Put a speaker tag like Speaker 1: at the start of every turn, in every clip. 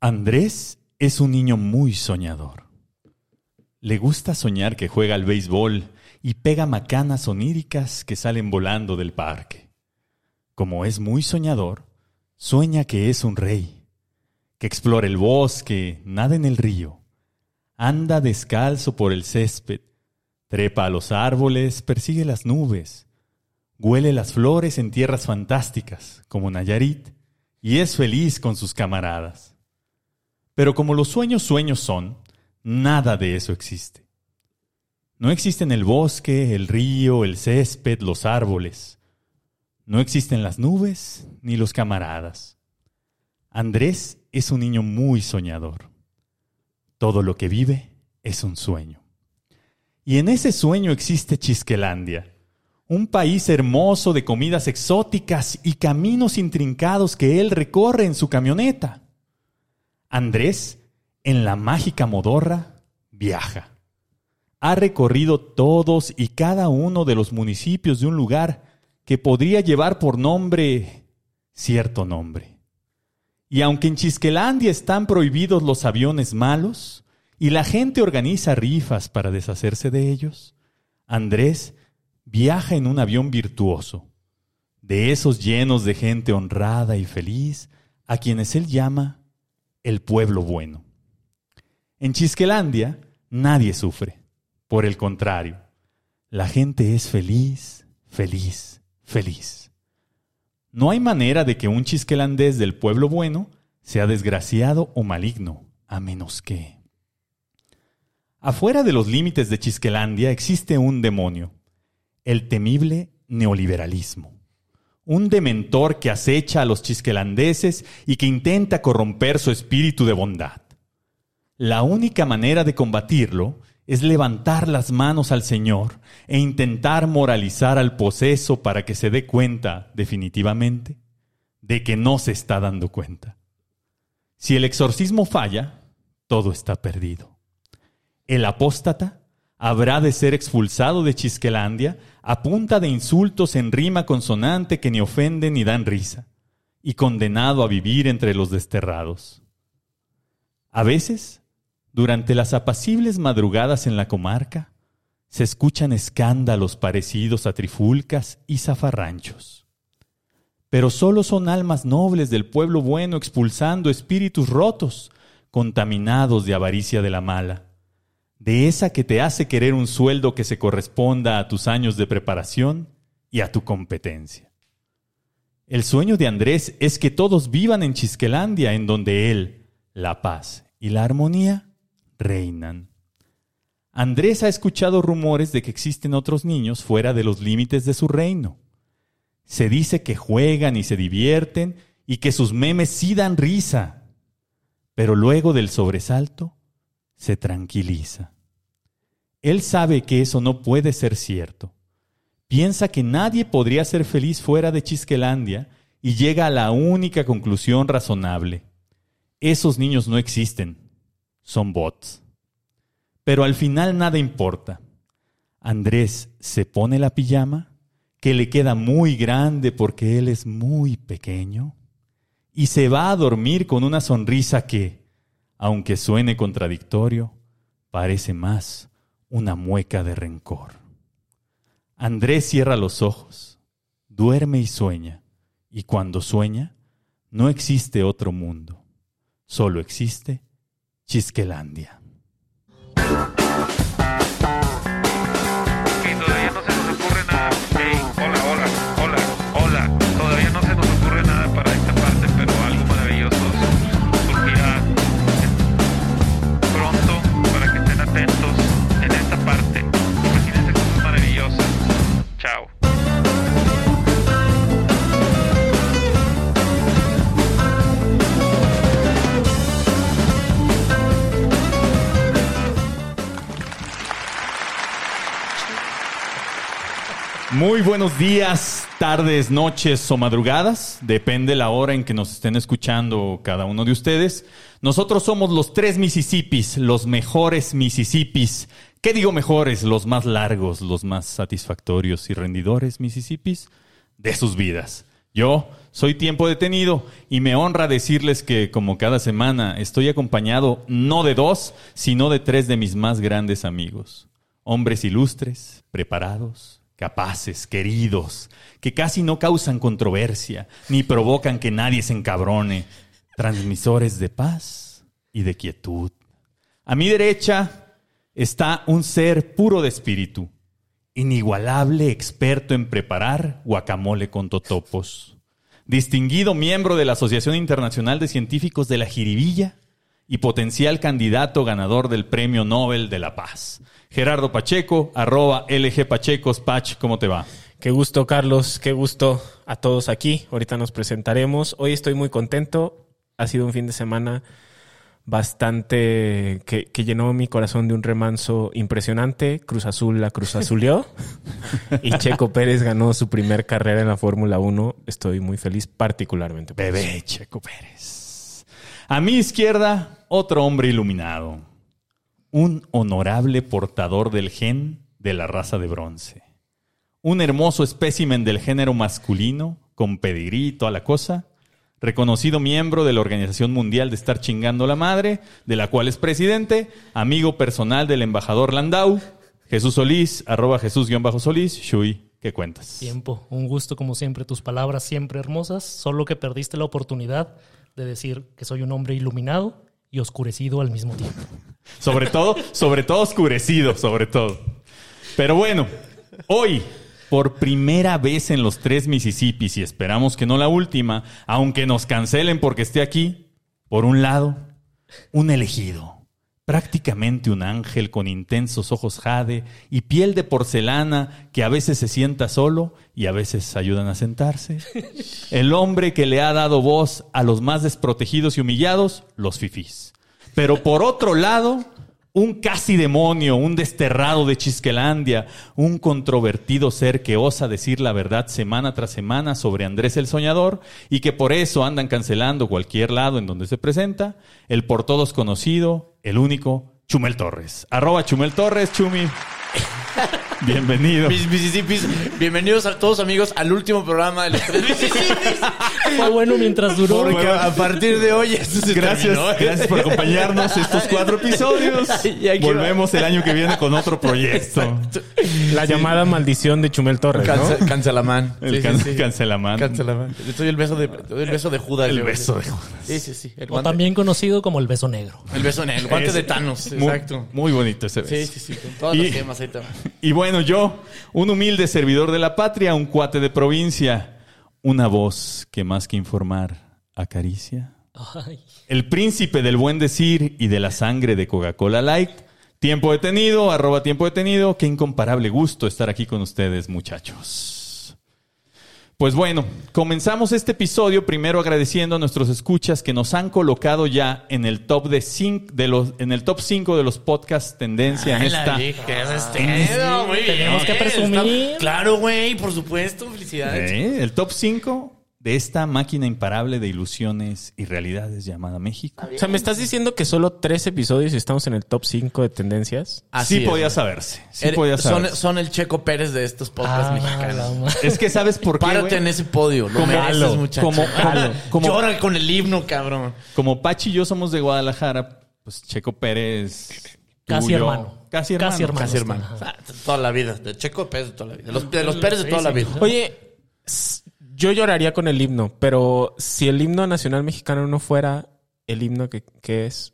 Speaker 1: Andrés es un niño muy soñador. Le gusta soñar que juega al béisbol y pega macanas oníricas que salen volando del parque. Como es muy soñador, sueña que es un rey, que explora el bosque, nada en el río, anda descalzo por el césped, trepa a los árboles, persigue las nubes, huele las flores en tierras fantásticas, como Nayarit, y es feliz con sus camaradas. Pero como los sueños sueños son, nada de eso existe. No existen el bosque, el río, el césped, los árboles. No existen las nubes ni los camaradas. Andrés es un niño muy soñador. Todo lo que vive es un sueño. Y en ese sueño existe Chisquelandia, un país hermoso de comidas exóticas y caminos intrincados que él recorre en su camioneta. Andrés, en la mágica modorra, viaja. Ha recorrido todos y cada uno de los municipios de un lugar que podría llevar por nombre cierto nombre. Y aunque en Chisquelandia están prohibidos los aviones malos y la gente organiza rifas para deshacerse de ellos, Andrés viaja en un avión virtuoso, de esos llenos de gente honrada y feliz, a quienes él llama el pueblo bueno. En Chisquelandia nadie sufre. Por el contrario, la gente es feliz, feliz, feliz. No hay manera de que un chisquelandés del pueblo bueno sea desgraciado o maligno, a menos que... Afuera de los límites de Chisquelandia existe un demonio, el temible neoliberalismo un dementor que acecha a los chisquelandeses y que intenta corromper su espíritu de bondad. La única manera de combatirlo es levantar las manos al Señor e intentar moralizar al poseso para que se dé cuenta, definitivamente, de que no se está dando cuenta. Si el exorcismo falla, todo está perdido. El apóstata habrá de ser expulsado de Chisquelandia a punta de insultos en rima consonante que ni ofenden ni dan risa, y condenado a vivir entre los desterrados. A veces, durante las apacibles madrugadas en la comarca, se escuchan escándalos parecidos a trifulcas y zafarranchos. Pero solo son almas nobles del pueblo bueno expulsando espíritus rotos, contaminados de avaricia de la mala de esa que te hace querer un sueldo que se corresponda a tus años de preparación y a tu competencia. El sueño de Andrés es que todos vivan en Chisquelandia, en donde él, la paz y la armonía reinan. Andrés ha escuchado rumores de que existen otros niños fuera de los límites de su reino. Se dice que juegan y se divierten y que sus memes sí dan risa. Pero luego del sobresalto, se tranquiliza. Él sabe que eso no puede ser cierto. Piensa que nadie podría ser feliz fuera de Chisquelandia y llega a la única conclusión razonable. Esos niños no existen. Son bots. Pero al final nada importa. Andrés se pone la pijama, que le queda muy grande porque él es muy pequeño, y se va a dormir con una sonrisa que, aunque suene contradictorio, parece más una mueca de rencor. Andrés cierra los ojos, duerme y sueña, y cuando sueña, no existe otro mundo, solo existe Chisquelandia.
Speaker 2: Ok, todavía no se nos ocurre nada. Ey, hola, hola, hola, hola. Todavía no se nos ocurre nada para esta parte, pero algo maravilloso surgirá en- pronto para que estén atentos en esta parte. Imagínense cosas maravillosas. Chao.
Speaker 1: Muy buenos días, tardes, noches o madrugadas, depende la hora en que nos estén escuchando cada uno de ustedes. Nosotros somos los tres Mississippis, los mejores Mississippis. ¿Qué digo mejores? Los más largos, los más satisfactorios y rendidores Mississippis de sus vidas. Yo soy tiempo detenido y me honra decirles que, como cada semana, estoy acompañado no de dos, sino de tres de mis más grandes amigos. Hombres ilustres, preparados, capaces, queridos, que casi no causan controversia, ni provocan que nadie se encabrone, transmisores de paz y de quietud. A mi derecha está un ser puro de espíritu, inigualable experto en preparar guacamole con totopos, distinguido miembro de la Asociación Internacional de Científicos de la Jiribilla y potencial candidato ganador del Premio Nobel de la Paz. Gerardo Pacheco, arroba LG Pachecos, Pach, ¿cómo te va?
Speaker 3: Qué gusto, Carlos. Qué gusto a todos aquí. Ahorita nos presentaremos. Hoy estoy muy contento. Ha sido un fin de semana bastante que, que llenó mi corazón de un remanso impresionante. Cruz Azul la Cruz Azulió y Checo Pérez ganó su primer carrera en la Fórmula 1. Estoy muy feliz particularmente. por eso.
Speaker 1: Bebé Checo Pérez. A mi izquierda, otro hombre iluminado. Un honorable portador del gen de la raza de bronce. Un hermoso espécimen del género masculino, con pedigrí y toda la cosa. Reconocido miembro de la Organización Mundial de Estar Chingando la Madre, de la cual es presidente, amigo personal del embajador Landau, Jesús Solís, arroba Jesús-Solís, Shui, ¿qué cuentas?
Speaker 4: Tiempo, un gusto como siempre, tus palabras siempre hermosas, solo que perdiste la oportunidad de decir que soy un hombre iluminado y oscurecido al mismo tiempo.
Speaker 1: Sobre todo, sobre todo oscurecido, sobre todo. Pero bueno, hoy, por primera vez en los tres Mississippis, y esperamos que no la última, aunque nos cancelen porque esté aquí, por un lado, un elegido, prácticamente un ángel con intensos ojos jade y piel de porcelana que a veces se sienta solo y a veces ayudan a sentarse. El hombre que le ha dado voz a los más desprotegidos y humillados, los fifís. Pero por otro lado, un casi demonio, un desterrado de Chisquelandia, un controvertido ser que osa decir la verdad semana tras semana sobre Andrés el Soñador y que por eso andan cancelando cualquier lado en donde se presenta, el por todos conocido, el único, Chumel Torres. Arroba Chumel Torres, Chumi. Bienvenido.
Speaker 5: Mis Mississippis, bienvenidos a todos amigos al último programa de los tres Mississippis.
Speaker 4: Fue bueno mientras duró.
Speaker 5: Porque a partir de hoy esto se
Speaker 1: Gracias,
Speaker 5: terminó. ¿eh?
Speaker 1: gracias por acompañarnos estos cuatro episodios.
Speaker 5: Y aquí
Speaker 1: Volvemos el año que viene con otro proyecto.
Speaker 3: La llamada maldición de Chumel Torres, ¿no?
Speaker 5: Cancelamán. Cancelamán.
Speaker 1: El can- cancelamán.
Speaker 5: Cancelamán. Te doy el beso de, te doy el beso de Judas.
Speaker 1: El
Speaker 5: yo.
Speaker 1: beso de Judas.
Speaker 5: Sí, sí, sí. El,
Speaker 4: O
Speaker 5: guante,
Speaker 4: también conocido como el beso negro.
Speaker 5: el beso en el guante
Speaker 1: Ese.
Speaker 5: de Thanos.
Speaker 1: Muy,
Speaker 5: Exacto.
Speaker 1: muy bonito ese beso.
Speaker 5: Sí, sí, sí. Con todas
Speaker 1: Y-
Speaker 5: las gemas ahí también.
Speaker 1: Y bueno, yo, un humilde servidor de la patria, un cuate de provincia, una voz que más que informar acaricia.
Speaker 4: Ay,
Speaker 1: El príncipe del buen decir y de la sangre de Coca-Cola Light. Tiempo detenido, arroba tiempo detenido. Qué incomparable gusto estar aquí con ustedes, muchachos. Pues bueno, comenzamos este episodio primero agradeciendo a nuestros escuchas que nos han colocado ya en el top de cinc- de los en el top 5 de los podcasts tendencia en esta
Speaker 5: Eso, muy bien.
Speaker 4: Tenemos que presumir.
Speaker 5: Está- claro, güey, por supuesto. Felicidades.
Speaker 1: ¿Eh? El top 5 de esta máquina imparable de ilusiones y realidades llamada México.
Speaker 3: O sea, ¿me estás diciendo que solo tres episodios y estamos en el top 5 de tendencias?
Speaker 5: Así
Speaker 1: sí
Speaker 5: es,
Speaker 1: podía
Speaker 5: güey.
Speaker 1: saberse. Sí
Speaker 5: Eres-
Speaker 1: podía
Speaker 5: son,
Speaker 1: saberse.
Speaker 5: son el Checo Párez de estos podcasts
Speaker 4: ah, la
Speaker 5: mexicanos.
Speaker 4: ma-
Speaker 1: Es que sabes por qué.
Speaker 5: Párate
Speaker 1: güey?
Speaker 5: en ese podio. Lo
Speaker 1: Como-
Speaker 5: mereces,
Speaker 1: Jalo,
Speaker 5: muchacho.
Speaker 1: como-
Speaker 5: Jala.
Speaker 1: como- como-
Speaker 5: Llora con el himno, cabrón.
Speaker 1: Como Pachi y yo somos de Guadalajara, pues Checo Pérez. tú,
Speaker 4: Casi
Speaker 1: yo-
Speaker 4: hermano.
Speaker 1: Casi hermano.
Speaker 4: Casi hermano. este,
Speaker 5: Casi hermano.
Speaker 4: Ajá.
Speaker 5: O sea, toda la vida. De Checo Pérez de toda la vida. De los, de los Pérez de
Speaker 4: Sí,
Speaker 5: toda la
Speaker 4: sí.
Speaker 5: vida.
Speaker 3: Oye, s- yo lloraría con el himno, pero si el himno nacional mexicano no fuera el himno que, que es,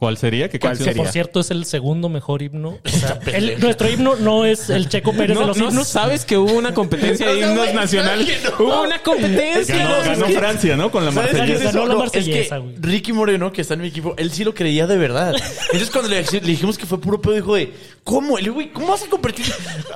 Speaker 1: ¿Cuál sería? ¿Qué
Speaker 3: ¿Cuál
Speaker 1: canción
Speaker 3: sería?
Speaker 4: Por cierto, es el segundo mejor himno. O sea, el-
Speaker 5: pendejo.
Speaker 4: nuestro himno no es el Checo Pérez de
Speaker 3: no,
Speaker 4: los
Speaker 3: no
Speaker 4: himnos.
Speaker 3: sabes que hubo una competencia de
Speaker 5: No, no,
Speaker 3: himnos
Speaker 5: güey,
Speaker 3: nacionales.
Speaker 5: claro que no.
Speaker 3: Hubo una competencia.
Speaker 1: Ganó, ganó Francia, ¿no? Con la
Speaker 5: ¿Sabes qué
Speaker 1: Marsellesa.
Speaker 4: Ganó la
Speaker 5: No, es
Speaker 4: Marsellesa,
Speaker 5: que
Speaker 4: güey.
Speaker 5: Ricky Moreno, que está en mi equipo, él sí lo creía de verdad. Entonces, cuando le, le dijimos que fue puro pedo, dijo de, ¿cómo? El güey, ¿cómo vas a competir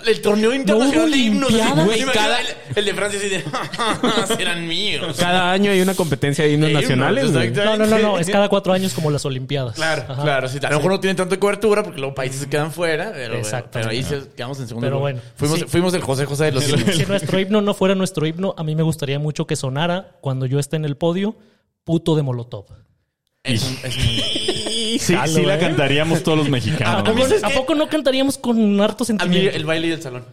Speaker 5: el torneo internacional de himnos?
Speaker 4: Olimpiadas.
Speaker 5: Güey,
Speaker 3: Imagínate,
Speaker 5: cada- el, el de Francia así de, "Ah, serán míos.
Speaker 3: Cada año hay una competencia de himnos
Speaker 5: De himnos,
Speaker 3: nacionales. güey.
Speaker 5: exacto.
Speaker 4: No, no, no, no. Es cada cuatro años como las Olimpiadas.
Speaker 5: Claro,
Speaker 4: Ajá.
Speaker 5: claro. sí, Mm. a lo mejor no tienen tanta cobertura porque luego países se quedan fuera, pero, bueno,
Speaker 4: Exactamente.
Speaker 5: pero ahí se- quedamos en segundo
Speaker 4: Pero
Speaker 5: lugar.
Speaker 4: bueno,
Speaker 5: fuimos,
Speaker 4: sí.
Speaker 5: fuimos el José José de los himnos.
Speaker 4: Si nuestro himno no fuera nuestro himno, a mí me gustaría mucho que sonara cuando yo esté en el podio, puto de Molotov.
Speaker 5: Es un- es un-
Speaker 1: Sí,
Speaker 4: Jalo,
Speaker 1: sí la
Speaker 4: ¿eh?
Speaker 1: cantaríamos todos los
Speaker 4: ¿A
Speaker 1: mexicanos.
Speaker 4: poco,
Speaker 1: güey.
Speaker 4: ¿a poco no cantaríamos con harto
Speaker 5: A mí
Speaker 4: sentimiento?
Speaker 5: el baile del salón.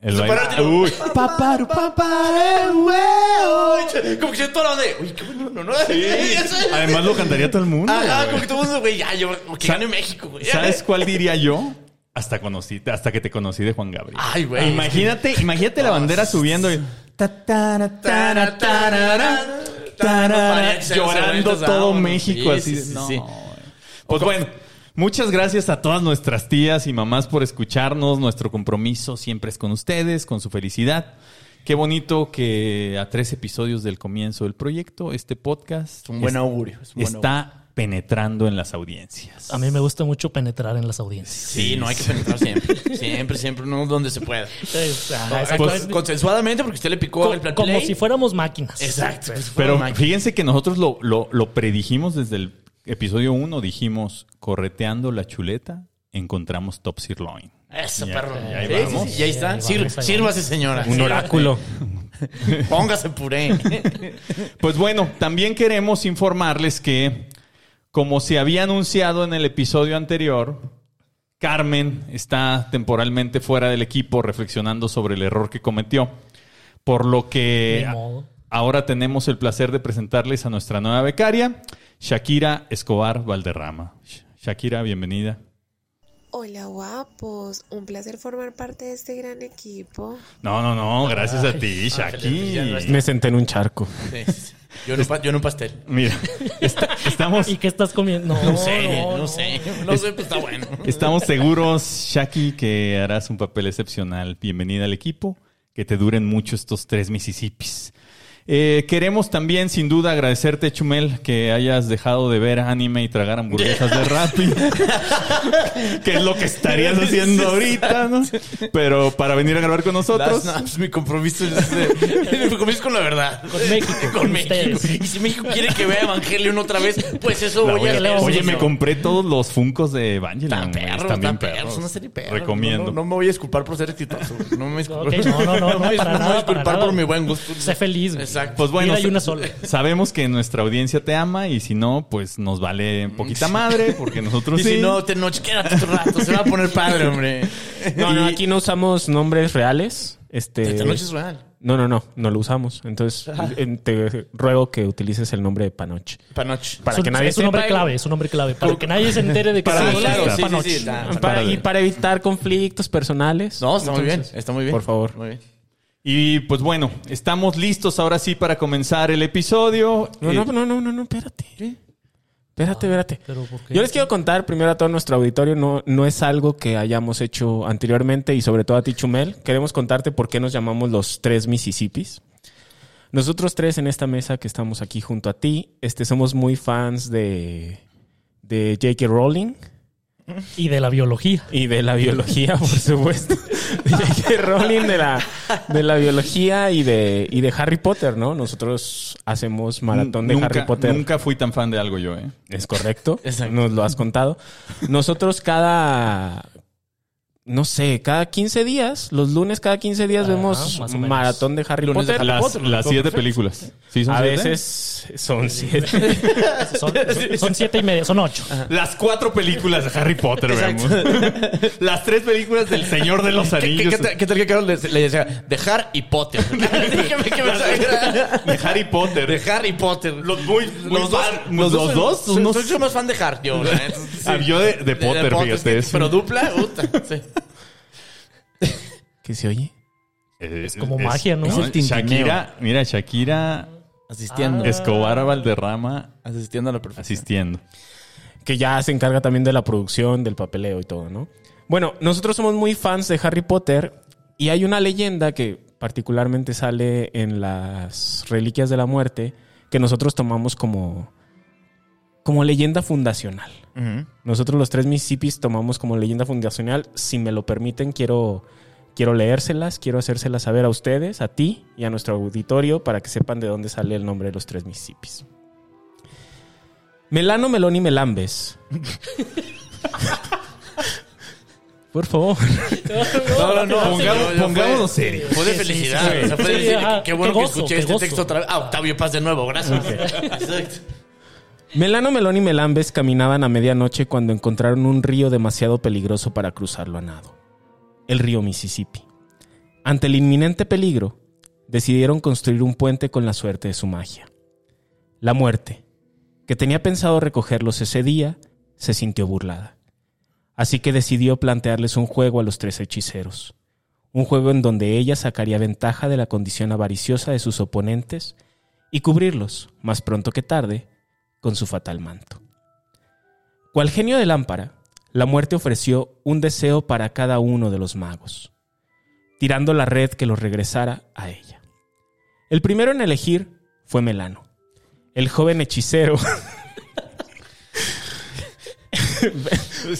Speaker 1: El
Speaker 5: Se
Speaker 1: baile-
Speaker 5: paró el tiro.
Speaker 1: Uy. Paparu, paparu, ué, uy.
Speaker 5: Ay, Como que siento la onda de, uy, qué bueno, ¿no?
Speaker 1: Además lo cantaría todo el mundo.
Speaker 5: Ajá,
Speaker 1: güey.
Speaker 5: ah, como que todo el mundo, güey, ya, yo, como que
Speaker 1: Sa-
Speaker 5: gane México, güey.
Speaker 1: ¿Sabes cuál diría yo? Hasta conocí, hasta que te conocí de Juan Gabriel.
Speaker 5: Ay, güey.
Speaker 1: Imagínate, imagínate la bandera subiendo y Tatara, tara, tarara, tarara,
Speaker 5: Se- se-
Speaker 1: llorando
Speaker 5: se- se-
Speaker 1: todo
Speaker 5: se-
Speaker 1: México
Speaker 5: sí,
Speaker 1: así.
Speaker 5: sí, sí,
Speaker 1: no,
Speaker 5: sí.
Speaker 1: güey. Pues bueno, muchas gracias a todas nuestras tías y mamás por escucharnos. Nuestro compromiso siempre es con ustedes, con su felicidad. Qué bonito que a tres episodios del comienzo del proyecto, este podcast
Speaker 5: Es un buen
Speaker 1: es-
Speaker 5: augurio. Es un buen augurio.
Speaker 1: está penetrando en las audiencias.
Speaker 4: A mí me gusta mucho penetrar en las audiencias.
Speaker 5: Sí, no hay que penetrar siempre. Siempre, siempre, no donde se pueda.
Speaker 4: Es- ajá,
Speaker 5: Ah,
Speaker 4: exactamente.
Speaker 5: cons- consensuadamente, porque usted le picó
Speaker 4: Co-
Speaker 5: el plato.
Speaker 4: como si fuéramos máquinas.
Speaker 5: Exacto. pues,
Speaker 1: Pero
Speaker 5: Mike.
Speaker 1: fíjense que nosotros lo, lo- lo predijimos desde el episodio 1. Dijimos, correteando la chuleta, encontramos Top Sirloin.
Speaker 5: Eso,
Speaker 1: Ya,
Speaker 5: perro.
Speaker 1: ya ahí
Speaker 5: Sí, sí,
Speaker 1: vamos.
Speaker 5: sí, y ahí está.
Speaker 4: Ahí
Speaker 5: Sir-
Speaker 4: vamos, ahí
Speaker 5: sírvase, señora.
Speaker 3: Un oráculo.
Speaker 5: Póngase puré.
Speaker 1: Pues bueno, también queremos informarles que, como se había anunciado en el episodio anterior, Carmen está temporalmente fuera del equipo reflexionando sobre el error que cometió. Por lo que
Speaker 4: Ni modo.
Speaker 1: ahora tenemos el placer de presentarles a nuestra nueva becaria, Shakira Escobar Valderrama. Sh- Shakira, bienvenida.
Speaker 6: Hola guapos, un placer formar parte de este gran equipo.
Speaker 1: No, no, no, gracias a ti,
Speaker 5: felicidad nuestra.
Speaker 1: Shakira.
Speaker 3: Me senté en un charco.
Speaker 5: Sí, sí. Yo en un pa- yo en un pastel.
Speaker 1: Mira, est- estamos,
Speaker 4: ¿Y qué estás comiendo? No,
Speaker 5: No sé, no,
Speaker 4: no.
Speaker 5: sé. No sé, pero está bueno.
Speaker 1: estamos seguros, Shaki, que harás un papel excepcional. Bienvenida al equipo, que te duren mucho estos tres Mississippis. Eh, queremos también, sin duda, agradecerte, Chumel, que hayas dejado de ver anime y tragar hamburguesas de Rappi. que es lo que estarías haciendo ahorita, ¿no? Pero para venir a grabar con nosotros.
Speaker 5: Las- no, pues, mi compromiso es de- mi compromiso con la verdad.
Speaker 4: Con México,
Speaker 5: Con
Speaker 4: con
Speaker 5: México.
Speaker 4: ustedes.
Speaker 5: Y si México quiere que vea Evangelion otra vez, pues eso
Speaker 1: La
Speaker 5: voy a
Speaker 1: voy a-
Speaker 5: hacer.
Speaker 1: oye, me
Speaker 5: Eso.
Speaker 1: compré todos los funcos de Evangelion.
Speaker 5: Están
Speaker 1: güey.
Speaker 5: perros,
Speaker 1: Están bien
Speaker 5: están perros. Una serie perra.
Speaker 1: Recomiendo.
Speaker 5: No, no, no me voy a disculpar por ser exitoso. güey. No me disculpo.
Speaker 4: Ok, no, no, no, no, para
Speaker 5: me, me voy a
Speaker 4: nada,
Speaker 5: disculpar
Speaker 4: para
Speaker 5: por
Speaker 4: nada.
Speaker 5: mi buen gusto.
Speaker 4: Sé feliz, güey.
Speaker 5: Exacto.
Speaker 1: Pues bueno,
Speaker 4: Vida y una
Speaker 1: sa-
Speaker 4: sola.
Speaker 1: sabemos que nuestra audiencia te ama y si no, pues nos vale un poquita madre porque nosotros
Speaker 5: y
Speaker 1: sí.
Speaker 5: si no, te noche, quédate otro rato. Se va a poner padre, hombre.
Speaker 3: No, no,
Speaker 5: Y-
Speaker 3: aquí no usamos nombres reales. Este,
Speaker 5: Esta noche es real.
Speaker 3: No, no, no, no lo usamos. Entonces, eh, te ruego que utilices el nombre de Panoch.
Speaker 5: Panoche.
Speaker 3: Para
Speaker 4: Es un-
Speaker 3: que nadie
Speaker 4: es un nombre
Speaker 3: sepa-
Speaker 4: clave, es un nombre clave. Para que nadie se entere de que
Speaker 1: Para
Speaker 4: se
Speaker 1: sí, claro,
Speaker 4: llama
Speaker 1: sí,
Speaker 4: Panoch.
Speaker 5: sí, sí, está-
Speaker 3: Para- y para evitar conflictos personales.
Speaker 5: Ah, No, está muy bien.
Speaker 3: Entonces,
Speaker 5: Está muy bien.
Speaker 3: Por favor.
Speaker 5: Muy bien.
Speaker 1: Y pues bueno, estamos listos ahora sí para comenzar el episodio.
Speaker 3: No,
Speaker 1: Eh, Ah,
Speaker 3: no, no, no, no, no, espérate. Espérate, espérate.
Speaker 4: pero ¿por qué?
Speaker 3: Yo les quiero contar primero a todo nuestro auditorio, no, no es algo que hayamos hecho anteriormente y sobre todo a ti, Chumel. Queremos contarte por qué nos llamamos los tres Mississippis. Nosotros tres en esta mesa que estamos aquí junto a ti, este, somos muy fans de, de J.K. Rowling
Speaker 4: Y de la biología.
Speaker 3: y de la biología, por supuesto. De J.K. Rowling, de la, de la biología y de, y de Harry Potter, ¿no? Nosotros hacemos maratón de
Speaker 1: nunca,
Speaker 3: Harry Potter.
Speaker 1: Nunca fui tan fan de algo yo, ¿eh?
Speaker 3: Es correcto.
Speaker 5: Exacto.
Speaker 3: Nos lo has contado. Nosotros cada. No sé, cada 15 días, los lunes cada 15 días
Speaker 4: Ajá,
Speaker 3: vemos
Speaker 4: más o menos.
Speaker 3: maratón de Harry
Speaker 5: Lunes de
Speaker 3: Potter.
Speaker 5: Harry
Speaker 1: Las,
Speaker 5: Potter,
Speaker 1: las
Speaker 5: lo
Speaker 1: siete
Speaker 5: perfecto.
Speaker 1: películas. ¿Sí son
Speaker 3: A
Speaker 1: siete?
Speaker 3: veces son siete.
Speaker 4: Son, son- son siete y media, son ocho.
Speaker 1: Las cuatro películas de Harry Potter,
Speaker 5: Exacto.
Speaker 1: veamos. las tres películas del Señor de los
Speaker 5: ¿Qué, qué,
Speaker 1: Anillos.
Speaker 5: qué tal- qué tal que Carlos le, le decía? Dejar y Potter. Déjeme que me salga.
Speaker 1: de Harry Potter.
Speaker 5: De Harry Potter. Los,
Speaker 1: muy- muy
Speaker 5: dos.
Speaker 1: fan- los dos-
Speaker 5: dos.
Speaker 1: son-
Speaker 5: Soy,
Speaker 1: unos-
Speaker 5: soy- soy más fan de Hart, yo. la neta. Sí.
Speaker 1: Ah, yo de, de Potter, fíjate.
Speaker 5: sí.
Speaker 1: es-
Speaker 5: Pero dupla, puta. Sí.
Speaker 3: ¿Qué se oye?
Speaker 1: Es
Speaker 4: como magia, ¿no? Es el
Speaker 1: Shakira, mira, Shakira
Speaker 5: Asistiendo.
Speaker 1: Escobar Valderrama
Speaker 5: Asistiendo a la perfección.
Speaker 1: asistiendo.
Speaker 3: que ya se encarga también de la producción, del papeleo y todo, ¿no? Bueno, nosotros somos muy fans de Harry Potter y hay una leyenda que particularmente sale en las Reliquias de la Muerte que nosotros tomamos como, como leyenda fundacional. Nosotros los tres Mississippis tomamos como leyenda fundacional. Si me lo permiten, quiero, quiero leérselas, quiero hacérselas saber a ustedes, a ti y a nuestro auditorio para que sepan de dónde sale el nombre de los tres Mississippis. Melano, Melón y Melambes. Por favor.
Speaker 5: No, no, no.
Speaker 1: Pongamos- pongámonos serios.
Speaker 5: Fue de
Speaker 4: Sí, sí,
Speaker 5: felicidad.
Speaker 4: sí, sí.
Speaker 5: o sea, fue de
Speaker 4: Sí,
Speaker 5: decir,
Speaker 4: ajá.
Speaker 5: qué bueno
Speaker 4: Qué
Speaker 5: que
Speaker 4: gozo,
Speaker 5: escuché
Speaker 4: qué
Speaker 5: este
Speaker 4: gozo.
Speaker 5: texto otra vez. Ah, Octavio Paz de nuevo, gracias. Exacto.
Speaker 3: Melano, Melón y Melambes caminaban a medianoche cuando encontraron un río demasiado peligroso para cruzarlo a nado. El río Mississippi. Ante el inminente peligro, decidieron construir un puente con la suerte de su magia. La muerte, que tenía pensado recogerlos ese día, se sintió burlada. Así que decidió plantearles un juego a los tres hechiceros. Un juego en donde ella sacaría ventaja de la condición avariciosa de sus oponentes y cubrirlos, más pronto que tarde, con su fatal manto. Cual genio de lámpara, la muerte ofreció un deseo para cada uno de los magos, tirando la red que los regresara a ella. El primero en elegir fue Melano, el joven hechicero.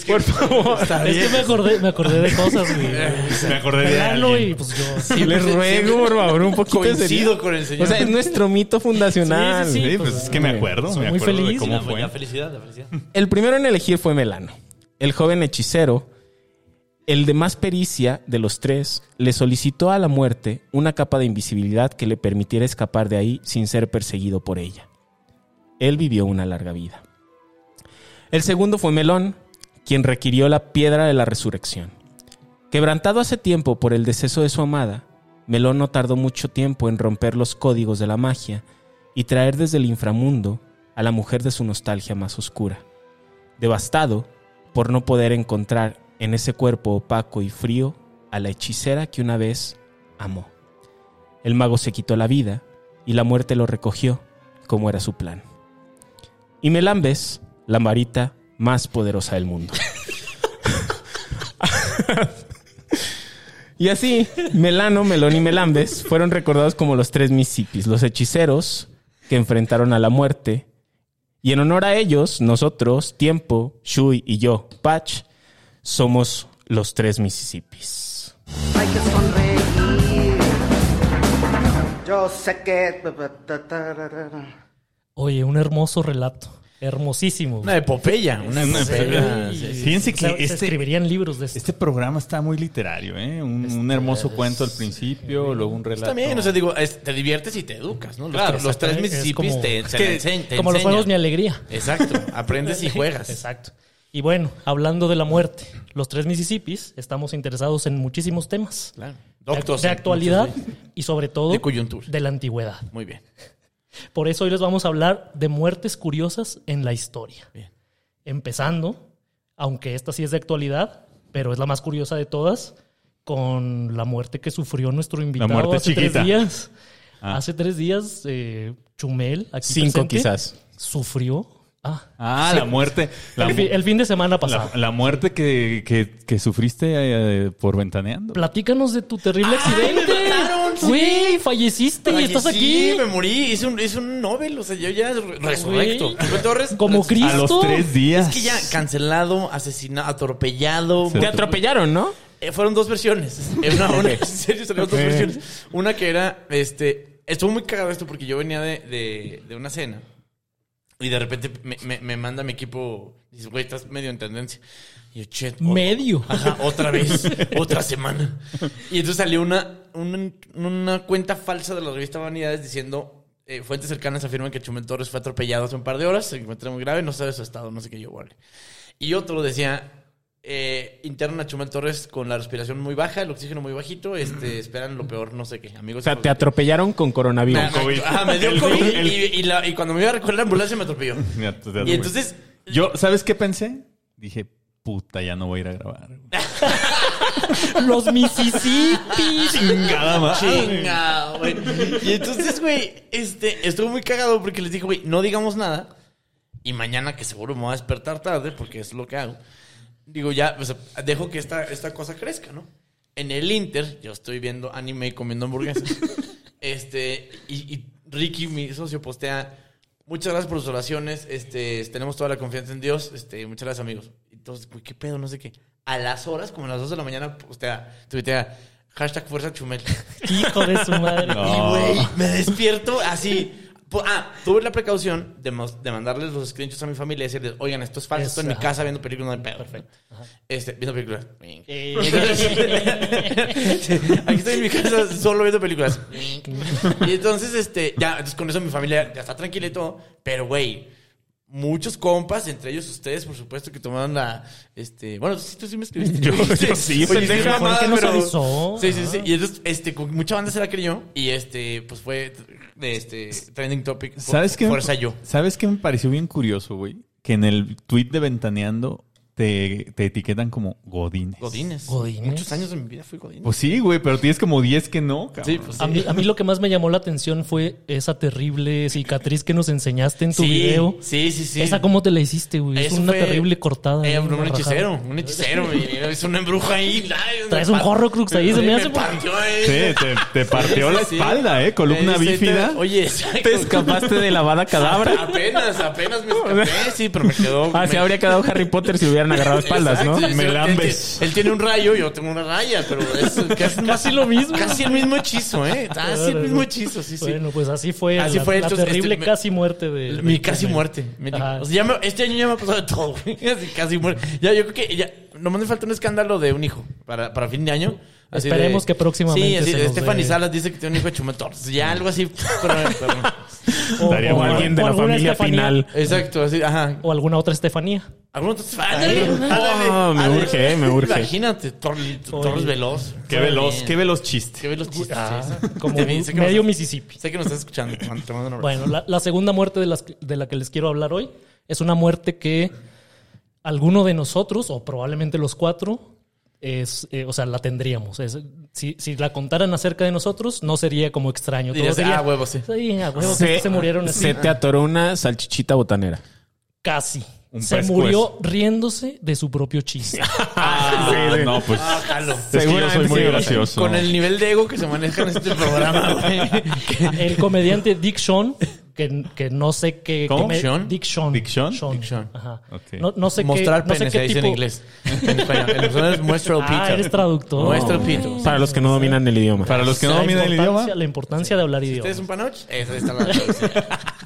Speaker 3: Por favor,
Speaker 4: Es que me acordé, me acordé de cosas, güey.
Speaker 1: Me acordé de
Speaker 4: Pelalo
Speaker 1: alguien.
Speaker 4: y pues yo. sí,
Speaker 3: les ruego, por favor, un poquito de seriedad.
Speaker 5: Coincido con el señor.
Speaker 3: O sea, es nuestro mito fundacional.
Speaker 4: Sí, sí, sí.
Speaker 1: Sí, pues es que me acuerdo.
Speaker 4: Soy
Speaker 1: me
Speaker 4: muy
Speaker 1: acuerdo de
Speaker 4: feliz.
Speaker 1: cómo
Speaker 4: La-
Speaker 1: fue.
Speaker 5: la Ah, felicidad, la felicidad.
Speaker 3: El primero en elegir fue Melano, el joven hechicero. El de más pericia de los tres le solicitó a la muerte una capa de invisibilidad que le permitiera escapar de ahí sin ser perseguido por ella. Él vivió una larga vida. El segundo fue Melón, quien requirió la piedra de la resurrección. Quebrantado hace tiempo por el deceso de su amada, Melón no tardó mucho tiempo en romper los códigos de la magia y traer desde el inframundo a la mujer de su nostalgia más oscura. Devastado por no poder encontrar en ese cuerpo opaco y frío a la hechicera que una vez amó. El mago se quitó la vida y la muerte lo recogió, como era su plan. Y Melambes, la marita más poderosa del mundo. Y así, Melano, Melón y Melambes fueron recordados como los tres Misipis, los hechiceros que enfrentaron a la muerte. Y en honor a ellos, nosotros, Tiempo, Shui y yo, Patch, somos los tres Mississippis.
Speaker 7: Hay que sonreír. Yo sé que.
Speaker 4: Oye, un hermoso relato. Hermosísimo.
Speaker 5: Una epopeya. Una epopeya.
Speaker 4: Sí, sí.
Speaker 1: Fíjense que
Speaker 4: O sea, se
Speaker 1: este-
Speaker 4: escribirían libros de esto.
Speaker 1: Este programa está muy literario, ¿eh? Un,
Speaker 5: Este
Speaker 1: un hermoso cuento al principio, luego un relato.
Speaker 5: Pues También, o sea, digo, es- te diviertes y te educas, ¿no? Los,
Speaker 4: Claro,
Speaker 5: tres- los tres
Speaker 4: exactamente, es
Speaker 5: Mississippis
Speaker 4: como-
Speaker 5: te,
Speaker 4: es
Speaker 5: se
Speaker 1: que-
Speaker 5: enseñ- te
Speaker 4: Como los
Speaker 5: enseñan.
Speaker 4: juegos Mi Alegría.
Speaker 5: Exacto, aprendes y juegas.
Speaker 4: Exacto. Y bueno, hablando de la muerte, los tres Mississippis estamos interesados en muchísimos temas.
Speaker 5: Claro.
Speaker 4: De-
Speaker 5: Doctos,
Speaker 4: de
Speaker 5: eh,
Speaker 4: actualidad
Speaker 5: muchos
Speaker 4: y sobre todo
Speaker 5: De coyuntura.
Speaker 4: de la antigüedad.
Speaker 5: Muy bien.
Speaker 4: Por eso hoy les vamos a hablar de muertes curiosas en la historia.
Speaker 5: Bien.
Speaker 4: Empezando, aunque esta sí es de actualidad, pero es la más curiosa de todas, con la muerte que sufrió nuestro invitado
Speaker 1: muerte
Speaker 4: hace
Speaker 1: chiquita.
Speaker 4: tres días.
Speaker 1: Ah.
Speaker 4: Hace tres días, eh, Chumel, aquí
Speaker 3: Cinco
Speaker 4: presente,
Speaker 3: quizás.
Speaker 4: sufrió. Ah,
Speaker 1: Ah, la muerte. La,
Speaker 4: el, fi- el fin de semana pasado.
Speaker 1: la- la muerte que, que- que sufriste eh, por ventaneando.
Speaker 4: Platícanos de tu terrible accidente.
Speaker 5: me mataron, sí.
Speaker 4: Güey, falleciste y estás
Speaker 5: Sí,
Speaker 4: aquí.
Speaker 5: me morí. Hice un, hice un Nobel, o sea, yo ya re- resurrecto. Chumel Torres.
Speaker 4: Como
Speaker 5: res-
Speaker 1: A
Speaker 4: Cristo.
Speaker 1: los tres días.
Speaker 5: Es que ya cancelado, asesinado, atropellado.
Speaker 1: Ah, Sí.
Speaker 3: Te atropellaron, ¿no?
Speaker 5: Eh, fueron dos versiones. Eh, Una, una- en serio, salieron dos versiones. Una que era, este, estuvo muy cagado esto porque yo venía de, de- de una cena y de repente me, me- me manda mi equipo, dice, güey, estás medio en tendencia. Y yo, che, o-
Speaker 4: Medio.
Speaker 5: Ajá, otra vez, otra semana. Y entonces salió una, una, una cuenta falsa de la revista Vanidades diciendo, eh, fuentes cercanas afirman que Chumel Torres fue atropellado hace un par de horas, se encuentra muy grave, no sabe su estado, no sé qué yo, vale. Y otro decía, eh, interna Chumel Torres con la respiración muy baja, el oxígeno muy bajito, este, esperan lo peor, no sé qué.
Speaker 3: O
Speaker 5: Amigos,
Speaker 3: sea, te atropellaron con coronavirus.
Speaker 5: Ajá, ajá, me dio COVID y, y la- y cuando me iba a recoger la ambulancia me atropelló.
Speaker 1: Ya, te- te-
Speaker 5: Y entonces...
Speaker 1: Yo, ¿sabes qué pensé? Dije, puta, ya no voy a ir a grabar.
Speaker 4: Los Mississippis.
Speaker 1: Chingada madre.
Speaker 5: Chinga, güey. Y entonces, güey, este, estuvo muy cagado porque les dije, güey, no digamos nada. Y mañana, que seguro me voy a despertar tarde, porque es lo que hago. Digo, ya, o sea, dejo que esta, esta cosa crezca, ¿no? En el Inter, yo estoy viendo anime y comiendo hamburguesas. este, y, y Ricky, mi socio, postea. Muchas gracias por sus oraciones. Este, tenemos toda la confianza en Dios. Este, muchas gracias, amigos. Entonces, güey, qué pedo, no sé qué. A las horas, como a las 2 de la mañana, postea, tuitea, hashtag fuerza chumel.
Speaker 4: Hijo de su madre.
Speaker 5: Y,
Speaker 1: No.
Speaker 5: güey, me despierto así. Po- Ah, tuve la precaución de, mos- de mandarles los screenshots a mi familia y decirles, oigan, esto es falso,
Speaker 4: Es-
Speaker 5: estoy en mi
Speaker 4: ajá.
Speaker 5: casa viendo películas, no hay pedo.
Speaker 4: Perfecto.
Speaker 5: Este, viendo películas. Wink.
Speaker 4: Eh.
Speaker 5: Sí, Aquí estoy en mi casa solo viendo películas. Wink. Y entonces, este, ya, entonces con eso mi familia ya está tranquila y todo. Pero, güey, muchos compas, entre ellos ustedes, por supuesto, que tomaron la. Este, bueno, sí, tú sí me escribiste.
Speaker 3: Yo-
Speaker 5: Oye,
Speaker 3: yo sí,
Speaker 5: oye,
Speaker 3: pendeja.
Speaker 5: qué
Speaker 4: Fue el
Speaker 5: mamada,
Speaker 4: que nos
Speaker 5: pero-
Speaker 4: avisó.
Speaker 5: Sí, sí, sí. Y entonces, este, con mucha banda se la creyó. Y este, pues fue de este trending topic. por-
Speaker 1: ¿Sabes qué?
Speaker 5: Fuerza yo.
Speaker 1: ¿Sabes qué me pareció bien curioso, güey? Que en el tweet de Ventaneando te, te etiquetan como Godines.
Speaker 5: Godines.
Speaker 4: Godínez.
Speaker 5: Muchos años de mi vida fui Godines.
Speaker 1: Pues sí, güey, pero tienes como 10 que no, cabrón.
Speaker 5: sí, pues sí.
Speaker 4: A mí, a mí lo que más me llamó la atención fue esa terrible cicatriz que nos enseñaste en tu
Speaker 5: sí,
Speaker 4: video.
Speaker 5: Sí, sí, sí.
Speaker 4: Esa cómo te la hiciste, güey. Es
Speaker 5: Eso
Speaker 4: una
Speaker 5: fue-
Speaker 4: terrible cortada. ahí,
Speaker 5: Eh, un
Speaker 4: una rajada.
Speaker 5: hechicero, un hechicero. y es un embrujo ahí. ay,
Speaker 4: Traes
Speaker 5: me
Speaker 4: un
Speaker 5: par-
Speaker 4: Horrocrux ahí, se me hace, porque-
Speaker 5: partió, eh.
Speaker 1: Sí, te, te partió la
Speaker 5: Sí, sí.
Speaker 1: espalda, ¿eh? Columna
Speaker 5: Sí, sí,
Speaker 1: bífida.
Speaker 5: te- Oye, exacto.
Speaker 3: Te escapaste de lavada cadabra.
Speaker 5: Apenas, apenas me escapé, sí, pero me quedó.
Speaker 4: Ah,
Speaker 3: Así
Speaker 5: me-
Speaker 3: Ah, habría quedado Harry Potter si hubieran agarrado espaldas, ¿no?
Speaker 5: Exacto, yo sé, él
Speaker 1: Melambes.
Speaker 5: tiene- Él, tiene un rayo, yo tengo una raya, pero es casi, casi lo mismo. Casi el mismo hechizo, ¿eh? Casi el mismo hechizo, sí, sí.
Speaker 4: Bueno, pues así fue.
Speaker 5: Así
Speaker 4: la,
Speaker 5: fue,
Speaker 4: la
Speaker 5: entonces,
Speaker 4: terrible
Speaker 5: este, me-
Speaker 4: casi muerte de.
Speaker 5: Mi casi muerte. mi-
Speaker 4: Ajá.
Speaker 5: o sea, ya me- este año ya me ha pasado de todo. güey. Así, casi muerte. Ya, yo creo que ya. Nomás me falta un escándalo de un hijo para, para fin de año. Así de-
Speaker 4: Esperemos que próximamente
Speaker 5: Sí, así
Speaker 4: se
Speaker 5: de
Speaker 4: nos
Speaker 5: Stephanie
Speaker 4: dé.
Speaker 5: Salas dice que tiene un hijo de chumetón. Ya algo así. pero- pero-
Speaker 1: Estaría
Speaker 3: O
Speaker 1: muy
Speaker 3: alguien de
Speaker 4: o
Speaker 3: la
Speaker 4: alguna
Speaker 3: familia
Speaker 4: Estefanía.
Speaker 3: final.
Speaker 5: exacto, así, ajá.
Speaker 4: O alguna otra Estefanía.
Speaker 5: ¿Algún otro? Ándale,
Speaker 3: Ah, me
Speaker 5: ándale.
Speaker 3: urge, me urge.
Speaker 5: Imagínate, Tor- Torres Veloz.
Speaker 1: Qué veloz,
Speaker 5: Bien.
Speaker 1: qué veloz chiste.
Speaker 5: Qué veloz chistes.
Speaker 4: Ah, Como
Speaker 5: Te vi, sé que
Speaker 4: medio
Speaker 5: nos-
Speaker 4: Mississippi.
Speaker 5: Sé que nos estás escuchando. Te mando te mando un abrazo.
Speaker 4: Bueno, la, la segunda muerte de, las- de la que les quiero hablar hoy es una muerte que alguno de nosotros, o probablemente los cuatro, es, eh, o sea, la tendríamos. Es- si, si la contaran acerca de nosotros, no sería como extraño. Todo
Speaker 5: Dirías,
Speaker 4: sería,
Speaker 5: ah, huevo, sí.
Speaker 4: Sí, a huevo, que se murieron así.
Speaker 3: se te atoró una salchichita botanera.
Speaker 4: Casi.
Speaker 1: Un
Speaker 4: se
Speaker 1: pescuezo.
Speaker 4: murió riéndose de su propio chiste.
Speaker 1: Ah, no, pues.
Speaker 5: Ah, jalo.
Speaker 1: Es que yo soy muy
Speaker 3: Seguramente sí.
Speaker 1: gracioso.
Speaker 5: Con el nivel de ego que se maneja en este programa, güey.
Speaker 4: El comediante Dick Sean, que, que no sé qué...
Speaker 1: ¿Cómo?
Speaker 4: come-
Speaker 5: ¿Sean?
Speaker 4: Dick Sean.
Speaker 1: ¿Dick Sean?
Speaker 5: Dick Sean.
Speaker 4: Ajá.
Speaker 1: Ok.
Speaker 4: No, no sé
Speaker 5: Mostrar
Speaker 4: qué, no sé
Speaker 5: pene,
Speaker 4: qué
Speaker 5: se dice en
Speaker 4: tipo-
Speaker 5: inglés. En español. En español es muestra el pito.
Speaker 4: Ah, eres traductor.
Speaker 5: Muestra el pito.
Speaker 3: Oh. Para los que no dominan el idioma.
Speaker 1: Para los que no
Speaker 4: La
Speaker 1: dominan el
Speaker 4: importancia-
Speaker 1: idioma,
Speaker 4: La importancia de hablar
Speaker 5: ¿Usted
Speaker 4: idiomas.
Speaker 5: es un panoch? Esa está la traducción.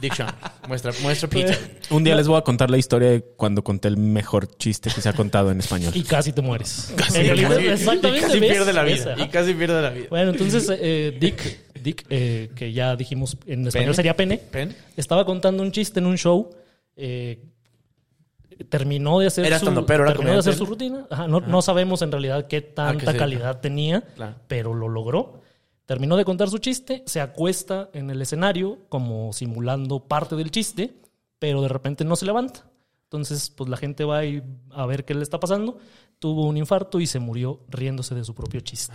Speaker 5: Dick Sean. Muestra, muestra pito.
Speaker 4: Pues,
Speaker 3: Un día les voy a contar la historia de cuando conté el mejor chiste que se ha contado en español.
Speaker 4: Y casi te mueres.
Speaker 5: Y
Speaker 4: En realidad,
Speaker 5: casi-
Speaker 4: exactamente,
Speaker 5: y casi
Speaker 4: ¿ves?
Speaker 5: pierde la vida.
Speaker 4: Esa.
Speaker 5: Y casi pierde la vida.
Speaker 4: Bueno, entonces eh, Dick, Dick eh, que ya dijimos en español
Speaker 5: Pene.
Speaker 4: sería pene,
Speaker 5: Pene.
Speaker 4: estaba contando un chiste en un show. eh, terminó de hacer,
Speaker 5: Era
Speaker 4: su,
Speaker 5: estandopero, era
Speaker 4: terminó de hacer
Speaker 5: comediante. Ah,
Speaker 4: su rutina. Ajá, no, no sabemos en realidad qué tanta
Speaker 5: sí.
Speaker 4: calidad tenía,
Speaker 5: Claro.
Speaker 4: pero lo logró. Terminó de contar su chiste, se acuesta en el escenario como simulando parte del chiste, pero de repente no se levanta. Entonces, pues la gente va ahí a ver qué le está pasando. Tuvo un infarto y se murió riéndose de su propio chiste.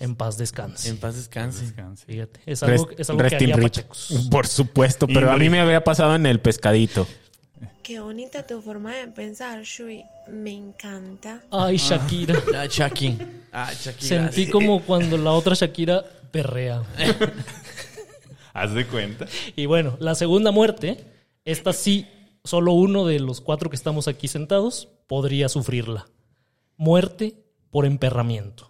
Speaker 4: En paz descanse.
Speaker 5: Ah, En paz descanse.
Speaker 4: Fíjate, es algo,
Speaker 3: Rest-
Speaker 4: es algo que
Speaker 3: rest in
Speaker 4: haría
Speaker 3: rip.
Speaker 4: Pachecos.
Speaker 3: Por supuesto, pero a mí me había pasado en el pescadito.
Speaker 6: Qué bonita tu forma de pensar, Shui. Me encanta.
Speaker 4: Ay, Shakira.
Speaker 5: Ah, Chucky. Ah, Chucky.
Speaker 4: Sentí
Speaker 5: gracias.
Speaker 4: como cuando la otra Shakira perrea.
Speaker 1: haz de cuenta.
Speaker 4: Y bueno, la segunda muerte, esta sí, solo uno de los cuatro que estamos aquí sentados podría sufrirla. Muerte por emperramiento.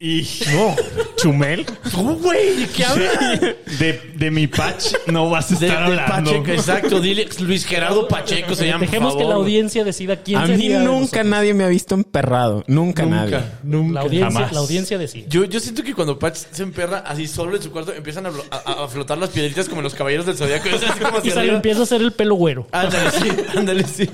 Speaker 1: Y
Speaker 3: No, Chumel.
Speaker 5: ¡Tú, güey! ¿Qué hablas?
Speaker 1: de, de mi patch no vas a
Speaker 5: De, de
Speaker 1: estar hablando.
Speaker 5: Pacheco, exacto. Dile Luis Gerardo Pacheco se llama. por
Speaker 4: Dejemos que
Speaker 5: favor.
Speaker 4: la audiencia decida quién
Speaker 3: A mí
Speaker 4: sería de
Speaker 3: nunca
Speaker 4: nosotros.
Speaker 3: nadie me ha visto emperrado. Nunca, nadie.
Speaker 5: Nunca, nunca.
Speaker 4: La audiencia,
Speaker 1: Jamás.
Speaker 4: la audiencia decide.
Speaker 5: Yo, yo siento que cuando Patch se emperra así solo en su cuarto empiezan a, blo- a- a flotar las piedritas como los caballeros del zodiaco. Es así como
Speaker 4: Y
Speaker 5: hacia
Speaker 4: se le
Speaker 5: arriba.
Speaker 4: empieza a hacer el pelo güero.
Speaker 5: Ándale, sí, ándale, sí.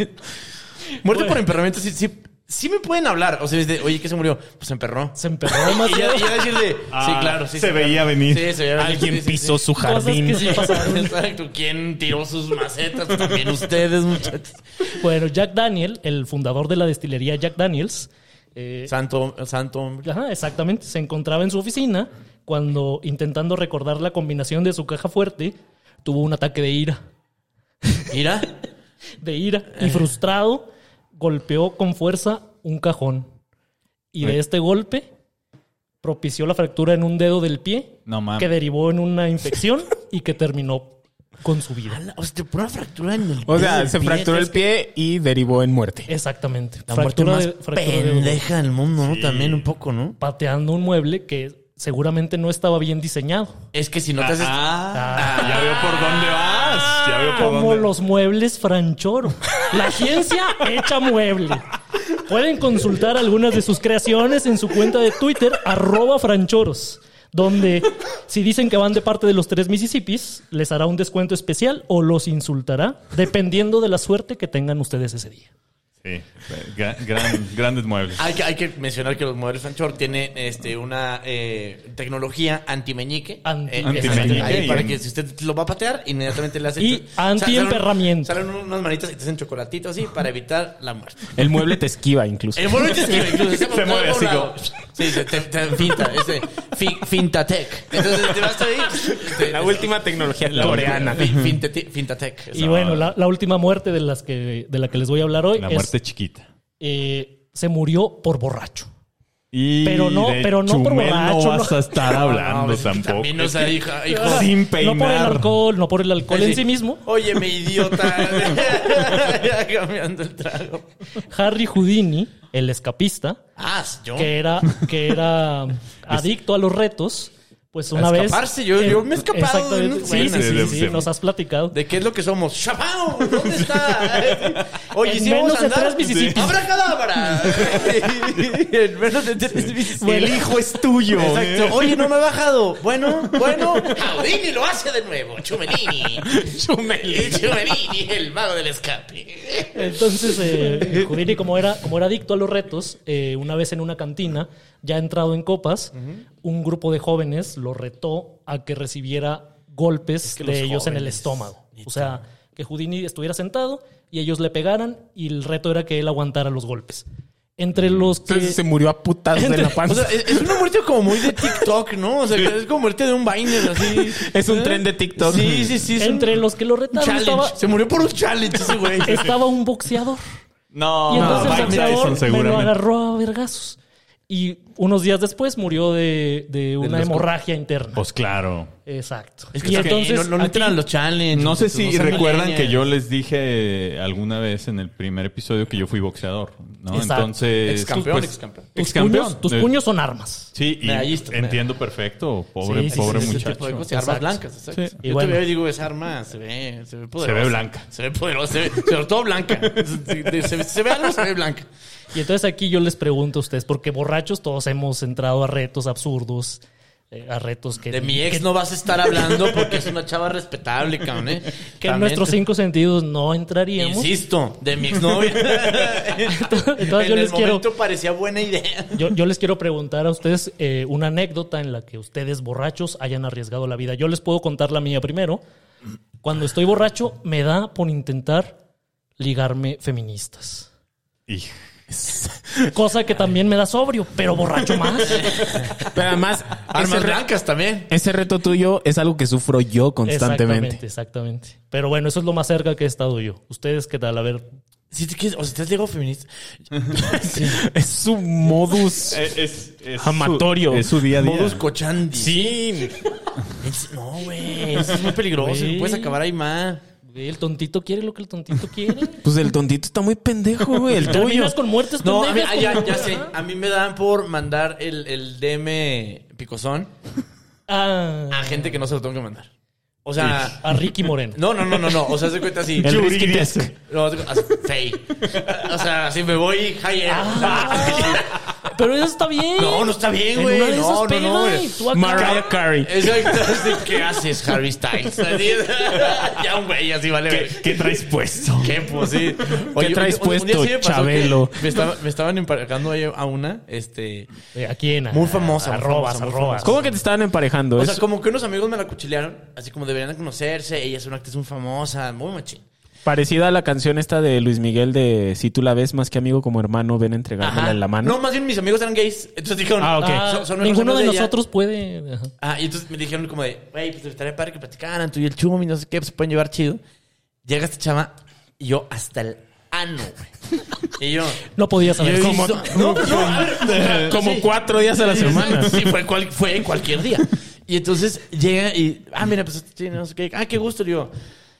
Speaker 5: Muerte por emperramiento, sí, sí. Sí me pueden hablar. O sea, es de, oye, ¿qué se murió? Pues se emperró.
Speaker 4: Se emperró más
Speaker 5: Y
Speaker 4: bien.
Speaker 5: ya, y ya decir de, sí,
Speaker 1: Ah,
Speaker 5: claro, sí.
Speaker 1: se
Speaker 5: sí,
Speaker 1: veía
Speaker 5: claro.
Speaker 1: venir.
Speaker 5: Sí, se veía venir.
Speaker 3: Alguien
Speaker 5: Sí, sí, sí.
Speaker 3: pisó su
Speaker 4: Cosas que
Speaker 3: jardín.
Speaker 4: sí pasaron.
Speaker 5: Exacto. ¿Quién tiró sus macetas? Pues También ustedes, muchachos.
Speaker 4: Bueno, Jack Daniel, el fundador de la destilería Jack Daniels, eh,
Speaker 5: Santo, santo hombre.
Speaker 4: ajá, exactamente, se encontraba en su oficina cuando, intentando recordar la combinación de su caja fuerte, tuvo un ataque de ira.
Speaker 5: Mira.
Speaker 4: De ira.
Speaker 5: Eh.
Speaker 4: Y frustrado, golpeó con fuerza un cajón. Y
Speaker 5: Eh.
Speaker 4: de este golpe, propició la fractura en un dedo del pie,
Speaker 1: No
Speaker 4: que
Speaker 1: mames.
Speaker 4: derivó en una infección y que terminó con su vida.
Speaker 5: O sea, te pone una fractura en el
Speaker 3: O sea,
Speaker 5: pie.
Speaker 3: se fracturó el pie y derivó en muerte.
Speaker 4: Exactamente.
Speaker 5: La muerte más
Speaker 4: dedo.
Speaker 5: pendeja del mundo, ¿no? También un poco, ¿no?
Speaker 4: pateando un mueble que seguramente no estaba bien diseñado.
Speaker 5: Es que si no te haces...
Speaker 1: Ah, ya veo por dónde vas. Ya veo por
Speaker 4: Ah, Como
Speaker 1: dónde.
Speaker 4: los muebles Franchoro. La ciencia hecha mueble. Pueden consultar algunas de sus creaciones en su cuenta de Twitter, arroba franchoros, donde si dicen que van de parte de los tres Mississippis, les hará un descuento especial o los insultará, dependiendo de la suerte que tengan ustedes ese día.
Speaker 1: Sí, gra- gran- grandes muebles.
Speaker 5: Hay que, hay que mencionar que los modelos Fanchor tienen este, una eh, tecnología antimeñique.
Speaker 4: Anti-
Speaker 5: Eh,
Speaker 1: Antimeñique
Speaker 5: ahí
Speaker 1: y-
Speaker 5: para que si usted lo va a patear, inmediatamente le hace...
Speaker 4: Y
Speaker 5: cho- sal- salen un-
Speaker 4: antiemperramiento.
Speaker 5: Salen, unas manitas y te hacen chocolatito así para evitar la muerte.
Speaker 3: El mueble te esquiva incluso.
Speaker 5: El mono es que incluso se,
Speaker 1: Se mueve
Speaker 5: mueve
Speaker 1: así
Speaker 5: así Sí, se te, te finta. Ese, fin, fintatec. Entonces te vas a ir... te-
Speaker 3: La última tecnología
Speaker 1: La
Speaker 3: coreana.
Speaker 5: fin- fintete- Fintatec.
Speaker 4: Y bueno, la, la última muerte de, las que, de la que les voy a hablar hoy
Speaker 1: La
Speaker 4: es,
Speaker 1: muerte chiquita.
Speaker 4: eh, se murió por borracho.
Speaker 1: Y
Speaker 4: Pero no-
Speaker 1: de
Speaker 4: pero no por
Speaker 1: Chumel
Speaker 4: borracho,
Speaker 1: No vas
Speaker 4: no.
Speaker 1: a estar hablando
Speaker 5: pues,
Speaker 1: tampoco.
Speaker 5: También, o sea, hija- hijo...
Speaker 1: Sin
Speaker 4: No por el
Speaker 1: peinar.
Speaker 4: alcohol, no por el alcohol en
Speaker 5: Así,
Speaker 4: sí mismo.
Speaker 5: Oye, mi idiota. Ya cambiando el trago.
Speaker 4: Harry Houdini, el escapista,
Speaker 5: Ah, yo.
Speaker 4: que era, que era adicto a los retos, pues una vez.
Speaker 5: escaparse, yo- yo me he escapado de
Speaker 4: Exactamente.
Speaker 5: unos
Speaker 4: Sí, sí,
Speaker 1: buenos.
Speaker 4: sí,
Speaker 1: De-
Speaker 4: sí,
Speaker 1: de-
Speaker 4: nos has platicado.
Speaker 5: ¿De qué es lo que somos? ¡Chapao! ¿Dónde está? Oye,
Speaker 4: En
Speaker 5: si vamos
Speaker 4: menos
Speaker 5: a
Speaker 4: de
Speaker 5: andar.
Speaker 4: tres Mississippis.
Speaker 5: ¡Habrá cadabra! en menos de tres Mississippis.
Speaker 1: El hijo es tuyo.
Speaker 5: Exacto.
Speaker 1: ¿eh?
Speaker 5: Oye, no me ha bajado. Bueno, bueno. Jaudini lo hace de nuevo. Chumelini. Chumelini. Chumelini, el mago del escape.
Speaker 4: Entonces, eh, Houdini, como era, como era adicto a los retos, eh, una vez en una cantina, ya entrado en copas, un grupo de jóvenes lo retó a que recibiera golpes
Speaker 5: que los
Speaker 4: de ellos en el
Speaker 5: jóvenes,
Speaker 4: estómago.
Speaker 5: neta.
Speaker 4: O sea, que Houdini estuviera sentado y ellos le pegaran y el reto era que él aguantara los golpes. Entre
Speaker 5: Mm.
Speaker 4: los que...
Speaker 3: Entonces se murió a putazos de la
Speaker 5: O
Speaker 3: panza.
Speaker 5: sea, es, es una muerte como muy de TikTok, ¿no? O sea, que es como muerte de un Biner, así. ¿Eh?
Speaker 3: Es un tren de TikTok.
Speaker 5: Sí, sí, sí. es un-
Speaker 4: Entre los que lo
Speaker 5: un
Speaker 4: retaron
Speaker 5: challenge.
Speaker 4: estaba,
Speaker 5: Se murió por un challenge ese güey.
Speaker 4: estaba un boxeador.
Speaker 1: No,
Speaker 5: Ah,
Speaker 4: Y entonces
Speaker 1: Mike
Speaker 4: el boxeador
Speaker 1: Tyson
Speaker 4: me lo
Speaker 1: seguramente.
Speaker 4: agarró a vergazos. Y unos días después murió de, de una hemorragia interna.
Speaker 1: Pues claro.
Speaker 4: Exacto.
Speaker 5: Es que
Speaker 4: y
Speaker 5: es que
Speaker 4: entonces,
Speaker 5: no, no le
Speaker 4: aquí-
Speaker 5: entran los challenges.
Speaker 1: No sé si
Speaker 5: son
Speaker 1: recuerdan
Speaker 5: millennials.
Speaker 1: que yo les dije alguna vez en el primer episodio que yo fui boxeador, ¿no?
Speaker 4: Exacto.
Speaker 1: Entonces, pues,
Speaker 5: Excampeón, excampeón.
Speaker 4: tus,
Speaker 1: excampeón.
Speaker 4: puños, tus
Speaker 1: Eh,
Speaker 4: puños son armas.
Speaker 1: Sí, y
Speaker 5: Medallista, medallista.
Speaker 1: entiendo perfecto, pobre
Speaker 4: Sí, sí,
Speaker 1: pobre
Speaker 4: sí, sí,
Speaker 5: Ese tipo de
Speaker 1: muchacho.
Speaker 5: cosas, armas
Speaker 4: Exacto.
Speaker 5: blancas, exacto.
Speaker 1: Sí.
Speaker 4: Y
Speaker 5: Yo
Speaker 4: bueno.
Speaker 5: te veo y digo, esa arma se ve, se ve poderosa.
Speaker 1: ve blanca.
Speaker 5: Se ve poderosa, se ve, sobre todo blanca. se, se- se ve algo, se ve blanca.
Speaker 4: Y entonces aquí yo les pregunto a ustedes, porque borrachos todos hemos entrado a retos absurdos, eh, a retos que...
Speaker 5: De mi
Speaker 4: que-
Speaker 5: ex no vas a estar hablando porque es una chava respetable, cabrón, ¿eh?
Speaker 4: Que
Speaker 5: También
Speaker 4: en nuestros
Speaker 5: te-
Speaker 4: cinco sentidos no entraríamos.
Speaker 5: Insisto, de mi exnovia.
Speaker 4: Entonces yo
Speaker 5: en el
Speaker 4: les quiero-
Speaker 5: momento parecía buena idea.
Speaker 4: Yo, yo les quiero preguntar a ustedes eh, una anécdota en la que ustedes borrachos hayan arriesgado la vida. Yo les puedo contar la mía primero. Cuando estoy borracho, me da por intentar ligarme feministas.
Speaker 1: Hij-
Speaker 4: Cosa que también me da sobrio, pero borracho más.
Speaker 3: Pero además, ese,
Speaker 5: Armas
Speaker 3: re-
Speaker 5: blancas también.
Speaker 3: ese reto tuyo es algo que sufro yo
Speaker 4: Exactamente,
Speaker 3: constantemente.
Speaker 4: exactamente. Pero bueno, eso es lo más cerca que he estado yo. ¿Ustedes qué tal? A ver,
Speaker 5: Si te quieres, o si te has llegado feminista.
Speaker 3: Es su
Speaker 1: Es,
Speaker 3: modus.
Speaker 1: Eh, es- es su-
Speaker 3: Amatorio.
Speaker 1: es su día a día.
Speaker 5: Modus cochandi.
Speaker 3: Sí.
Speaker 5: Es- no, güey. Eso es muy peligroso.
Speaker 4: Güey.
Speaker 5: Puedes acabar ahí más.
Speaker 4: el tontito quiere lo que el tontito quiere.
Speaker 3: Pues el tontito está muy pendejo, güey. El tuyo.
Speaker 4: Terminas con muertes
Speaker 5: No, a mí-
Speaker 4: pendejas,
Speaker 5: ah, ya,
Speaker 4: como-
Speaker 5: ya sé. A mí me dan por mandar el, el DM picosón
Speaker 4: Ah,
Speaker 5: a gente que no se lo tengo que mandar. O sea,
Speaker 4: a Ricky Moreno.
Speaker 5: no, no, no, no, no. O sea, se cuenta así.
Speaker 3: El
Speaker 5: Yuri.
Speaker 3: risky desk.
Speaker 5: No, haz de cu- así, fake. O sea, así me voy high end.
Speaker 4: Pero eso está bien.
Speaker 5: No, no está
Speaker 4: Ah.
Speaker 5: bien,
Speaker 4: En una
Speaker 5: güey.
Speaker 4: de esas
Speaker 5: No, no,
Speaker 4: pega
Speaker 5: no,
Speaker 4: y
Speaker 5: güey.
Speaker 4: tú acá-
Speaker 3: Mariah Carey.
Speaker 5: Exacto. Así, ¿Qué haces, Harry Styles? Así, ya un güey así vale.
Speaker 1: ¿Qué,
Speaker 5: ver.
Speaker 1: qué traes puesto?
Speaker 5: ¿Qué? Pues sí.
Speaker 3: traes
Speaker 5: un- un día
Speaker 3: puesto,
Speaker 5: sí me pasó
Speaker 3: Chabelo?
Speaker 5: que Me, estaba- me estaban emparejando ahí a una, este...
Speaker 4: Eh, ¿A quién? A-
Speaker 5: Muy famosa, muy
Speaker 4: Arrobas,
Speaker 5: famosa, muy
Speaker 4: arrobas.
Speaker 3: ¿Cómo que te estaban emparejando?
Speaker 5: O sea,
Speaker 3: Es-
Speaker 5: como que unos amigos me la cuchilearon, así como deberían de conocerse, ella es una actriz muy famosa, muy machín.
Speaker 3: Parecida a la canción esta de Luis Miguel de Si tú la ves más que amigo como hermano, ven a entregármela
Speaker 5: Ajá.
Speaker 3: en la mano.
Speaker 5: No, más bien mis amigos eran gays, entonces dijeron...
Speaker 3: Ah, ok.
Speaker 4: Ah,
Speaker 5: son- son mejores
Speaker 4: ninguno
Speaker 5: amigos
Speaker 4: de
Speaker 5: ella.
Speaker 4: nosotros puede. ajá.
Speaker 5: Ah, y entonces me dijeron como de, güey, pues estaría padre que platicaran, tú y el chumi, no sé qué, pues se pueden llevar chido. Llega esta chama y yo hasta el ano, güey. Y yo...
Speaker 4: No podía saber
Speaker 5: yo
Speaker 4: cómo.
Speaker 5: hizo- no, no, no, a ver,
Speaker 3: Como
Speaker 5: sí.
Speaker 3: cuatro días a la semana.
Speaker 5: Sí, fue, cual- fue cualquier día. Y entonces llega y, ah, mira, pues este chino, no sé qué. Ah, qué gusto, le digo.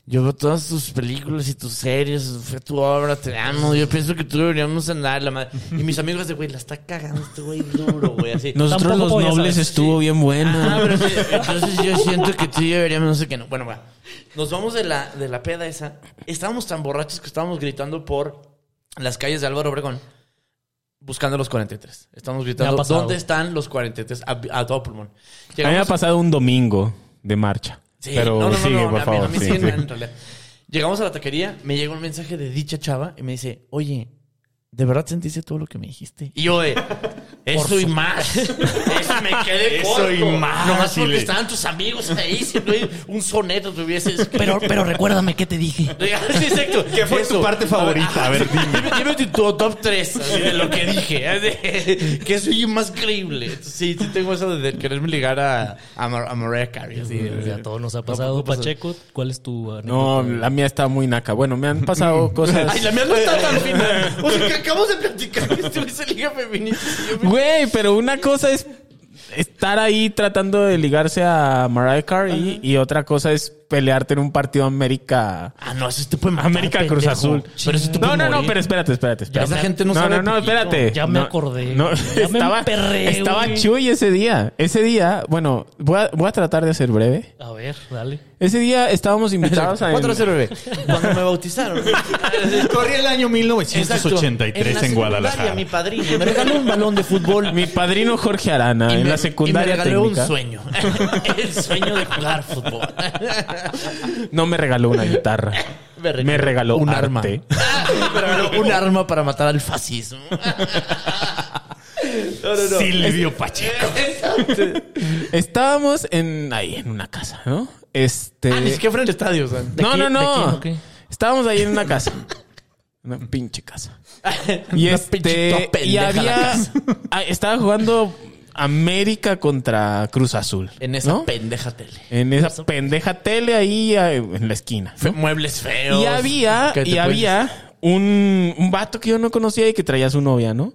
Speaker 5: Yo veo todas tus películas y tus series, fue tu obra, te amo. Yo pienso que tú deberíamos andar, la madre. Y mis amigos de, güey, la está cagando este güey duro, güey, así.
Speaker 3: Nosotros
Speaker 4: Tampoco
Speaker 3: los
Speaker 4: podía
Speaker 3: nobles
Speaker 4: saber,
Speaker 3: estuvo bien
Speaker 5: Ah,
Speaker 3: bueno.
Speaker 5: pero sí, entonces yo siento que tú y yo deberíamos, no sé qué, no. Bueno, va. Nos vamos de la, de la peda esa. Estábamos tan borrachos que estábamos gritando por las calles de Álvaro Obregón. buscando los 43. Estamos gritando,
Speaker 4: Me ha pasado.
Speaker 5: ¿dónde están los 43? A, a todo pulmón.
Speaker 3: A mí me ha pasado un domingo de marcha.
Speaker 5: Sí,
Speaker 3: pero
Speaker 5: no, no, no,
Speaker 3: sigue, por
Speaker 5: no, a mí- a
Speaker 3: favor.
Speaker 5: mí
Speaker 3: sí,
Speaker 5: sí,
Speaker 3: sí.
Speaker 5: en realidad. Llegamos a la taquería, me llega un mensaje de dicha chava y me dice, oye, ¿de verdad sentiste todo lo que me dijiste? Y yo de, eso y más. Eso me quedé
Speaker 1: Eso
Speaker 5: corto.
Speaker 1: y más,
Speaker 5: Nomás
Speaker 1: y
Speaker 5: porque
Speaker 1: le-
Speaker 5: estaban tus amigos ahí, si no un soneto te hubieses
Speaker 4: Pero, pero recuérdame qué te dije.
Speaker 5: Sí, exacto.
Speaker 1: ¿Qué fue tu parte favorita? A ver, dime.
Speaker 5: Dime, dime tu, tu top 3 de lo que dije. así, que soy más creíble. Sí, sí tengo eso de quererme ligar a, a, Mar- a Mariah Carey. así,
Speaker 4: Pues ya todo nos ha
Speaker 5: No,
Speaker 4: pasado.
Speaker 5: no pasa-
Speaker 4: Pacheco, ¿cuál es tu anécdota?
Speaker 3: No, la mía está muy naca. Bueno, me han pasado cosas.
Speaker 5: Ay, la mía no está tan fina. O sea, que acabamos de platicar que esto es liga feminista. y yo me-
Speaker 3: Güey, pero una cosa es estar ahí tratando de ligarse a Mariah Carey y otra cosa es pelearte en un partido América
Speaker 5: Ah, no, eso es tipo de
Speaker 3: América Cruz
Speaker 4: pendejo.
Speaker 3: Azul.
Speaker 5: Pero eso te
Speaker 3: No,
Speaker 5: puede
Speaker 3: no, no,
Speaker 5: morir.
Speaker 3: pero espérate, espérate. espérate.
Speaker 5: Esa gente no
Speaker 3: no,
Speaker 5: sabe
Speaker 3: no, no,
Speaker 5: poquito.
Speaker 3: espérate.
Speaker 4: Ya me
Speaker 3: No,
Speaker 4: acordé.
Speaker 3: No,
Speaker 4: Ya me
Speaker 3: estaba,
Speaker 4: emperré,
Speaker 3: estaba
Speaker 4: güey.
Speaker 3: Chuy ese día. Ese día, bueno, voy a, voy a tratar de ser breve.
Speaker 4: A ver, dale.
Speaker 3: Ese día estábamos invitados a...
Speaker 5: 409. Cuando me bautizaron.
Speaker 1: Corría el año
Speaker 5: Exacto.
Speaker 1: 1983 en,
Speaker 5: la secundaria,
Speaker 1: Guadalajara.
Speaker 5: Mi padrino me regaló un balón de fútbol.
Speaker 3: Mi padrino Jorge Arana
Speaker 5: Y
Speaker 3: Ah, en
Speaker 5: me-
Speaker 3: la secundaria
Speaker 5: y me regaló
Speaker 3: técnica.
Speaker 5: un sueño. El sueño de jugar fútbol.
Speaker 3: No me regaló una guitarra.
Speaker 5: Me regaló
Speaker 3: me regaló
Speaker 5: un
Speaker 3: un arte.
Speaker 5: arma. Ah, me regaló un arma para matar al fascismo. No, no, no.
Speaker 1: Silvio Pacheco.
Speaker 3: Estábamos en ahí en una casa, ¿no? Este
Speaker 5: Ah, ni siquiera fuera el estadio, o sea.
Speaker 3: No,
Speaker 4: qué-
Speaker 3: no, no.
Speaker 4: de quién o qué?
Speaker 3: Estábamos ahí en una casa. Una pinche casa. Y
Speaker 5: Una pinche
Speaker 3: este
Speaker 5: toda
Speaker 3: y
Speaker 5: pendeja la
Speaker 3: había
Speaker 5: casa.
Speaker 3: ah, estaba jugando América contra Cruz Azul,
Speaker 5: En esa
Speaker 3: ¿no?
Speaker 5: pendeja tele.
Speaker 3: en esa pendeja tele ahí ah, en la esquina.
Speaker 5: Fe- Muebles feos.
Speaker 3: Y había
Speaker 5: que te
Speaker 3: y
Speaker 5: puedes-
Speaker 3: había un, un vato que yo no conocía y que traía a su novia, ¿no?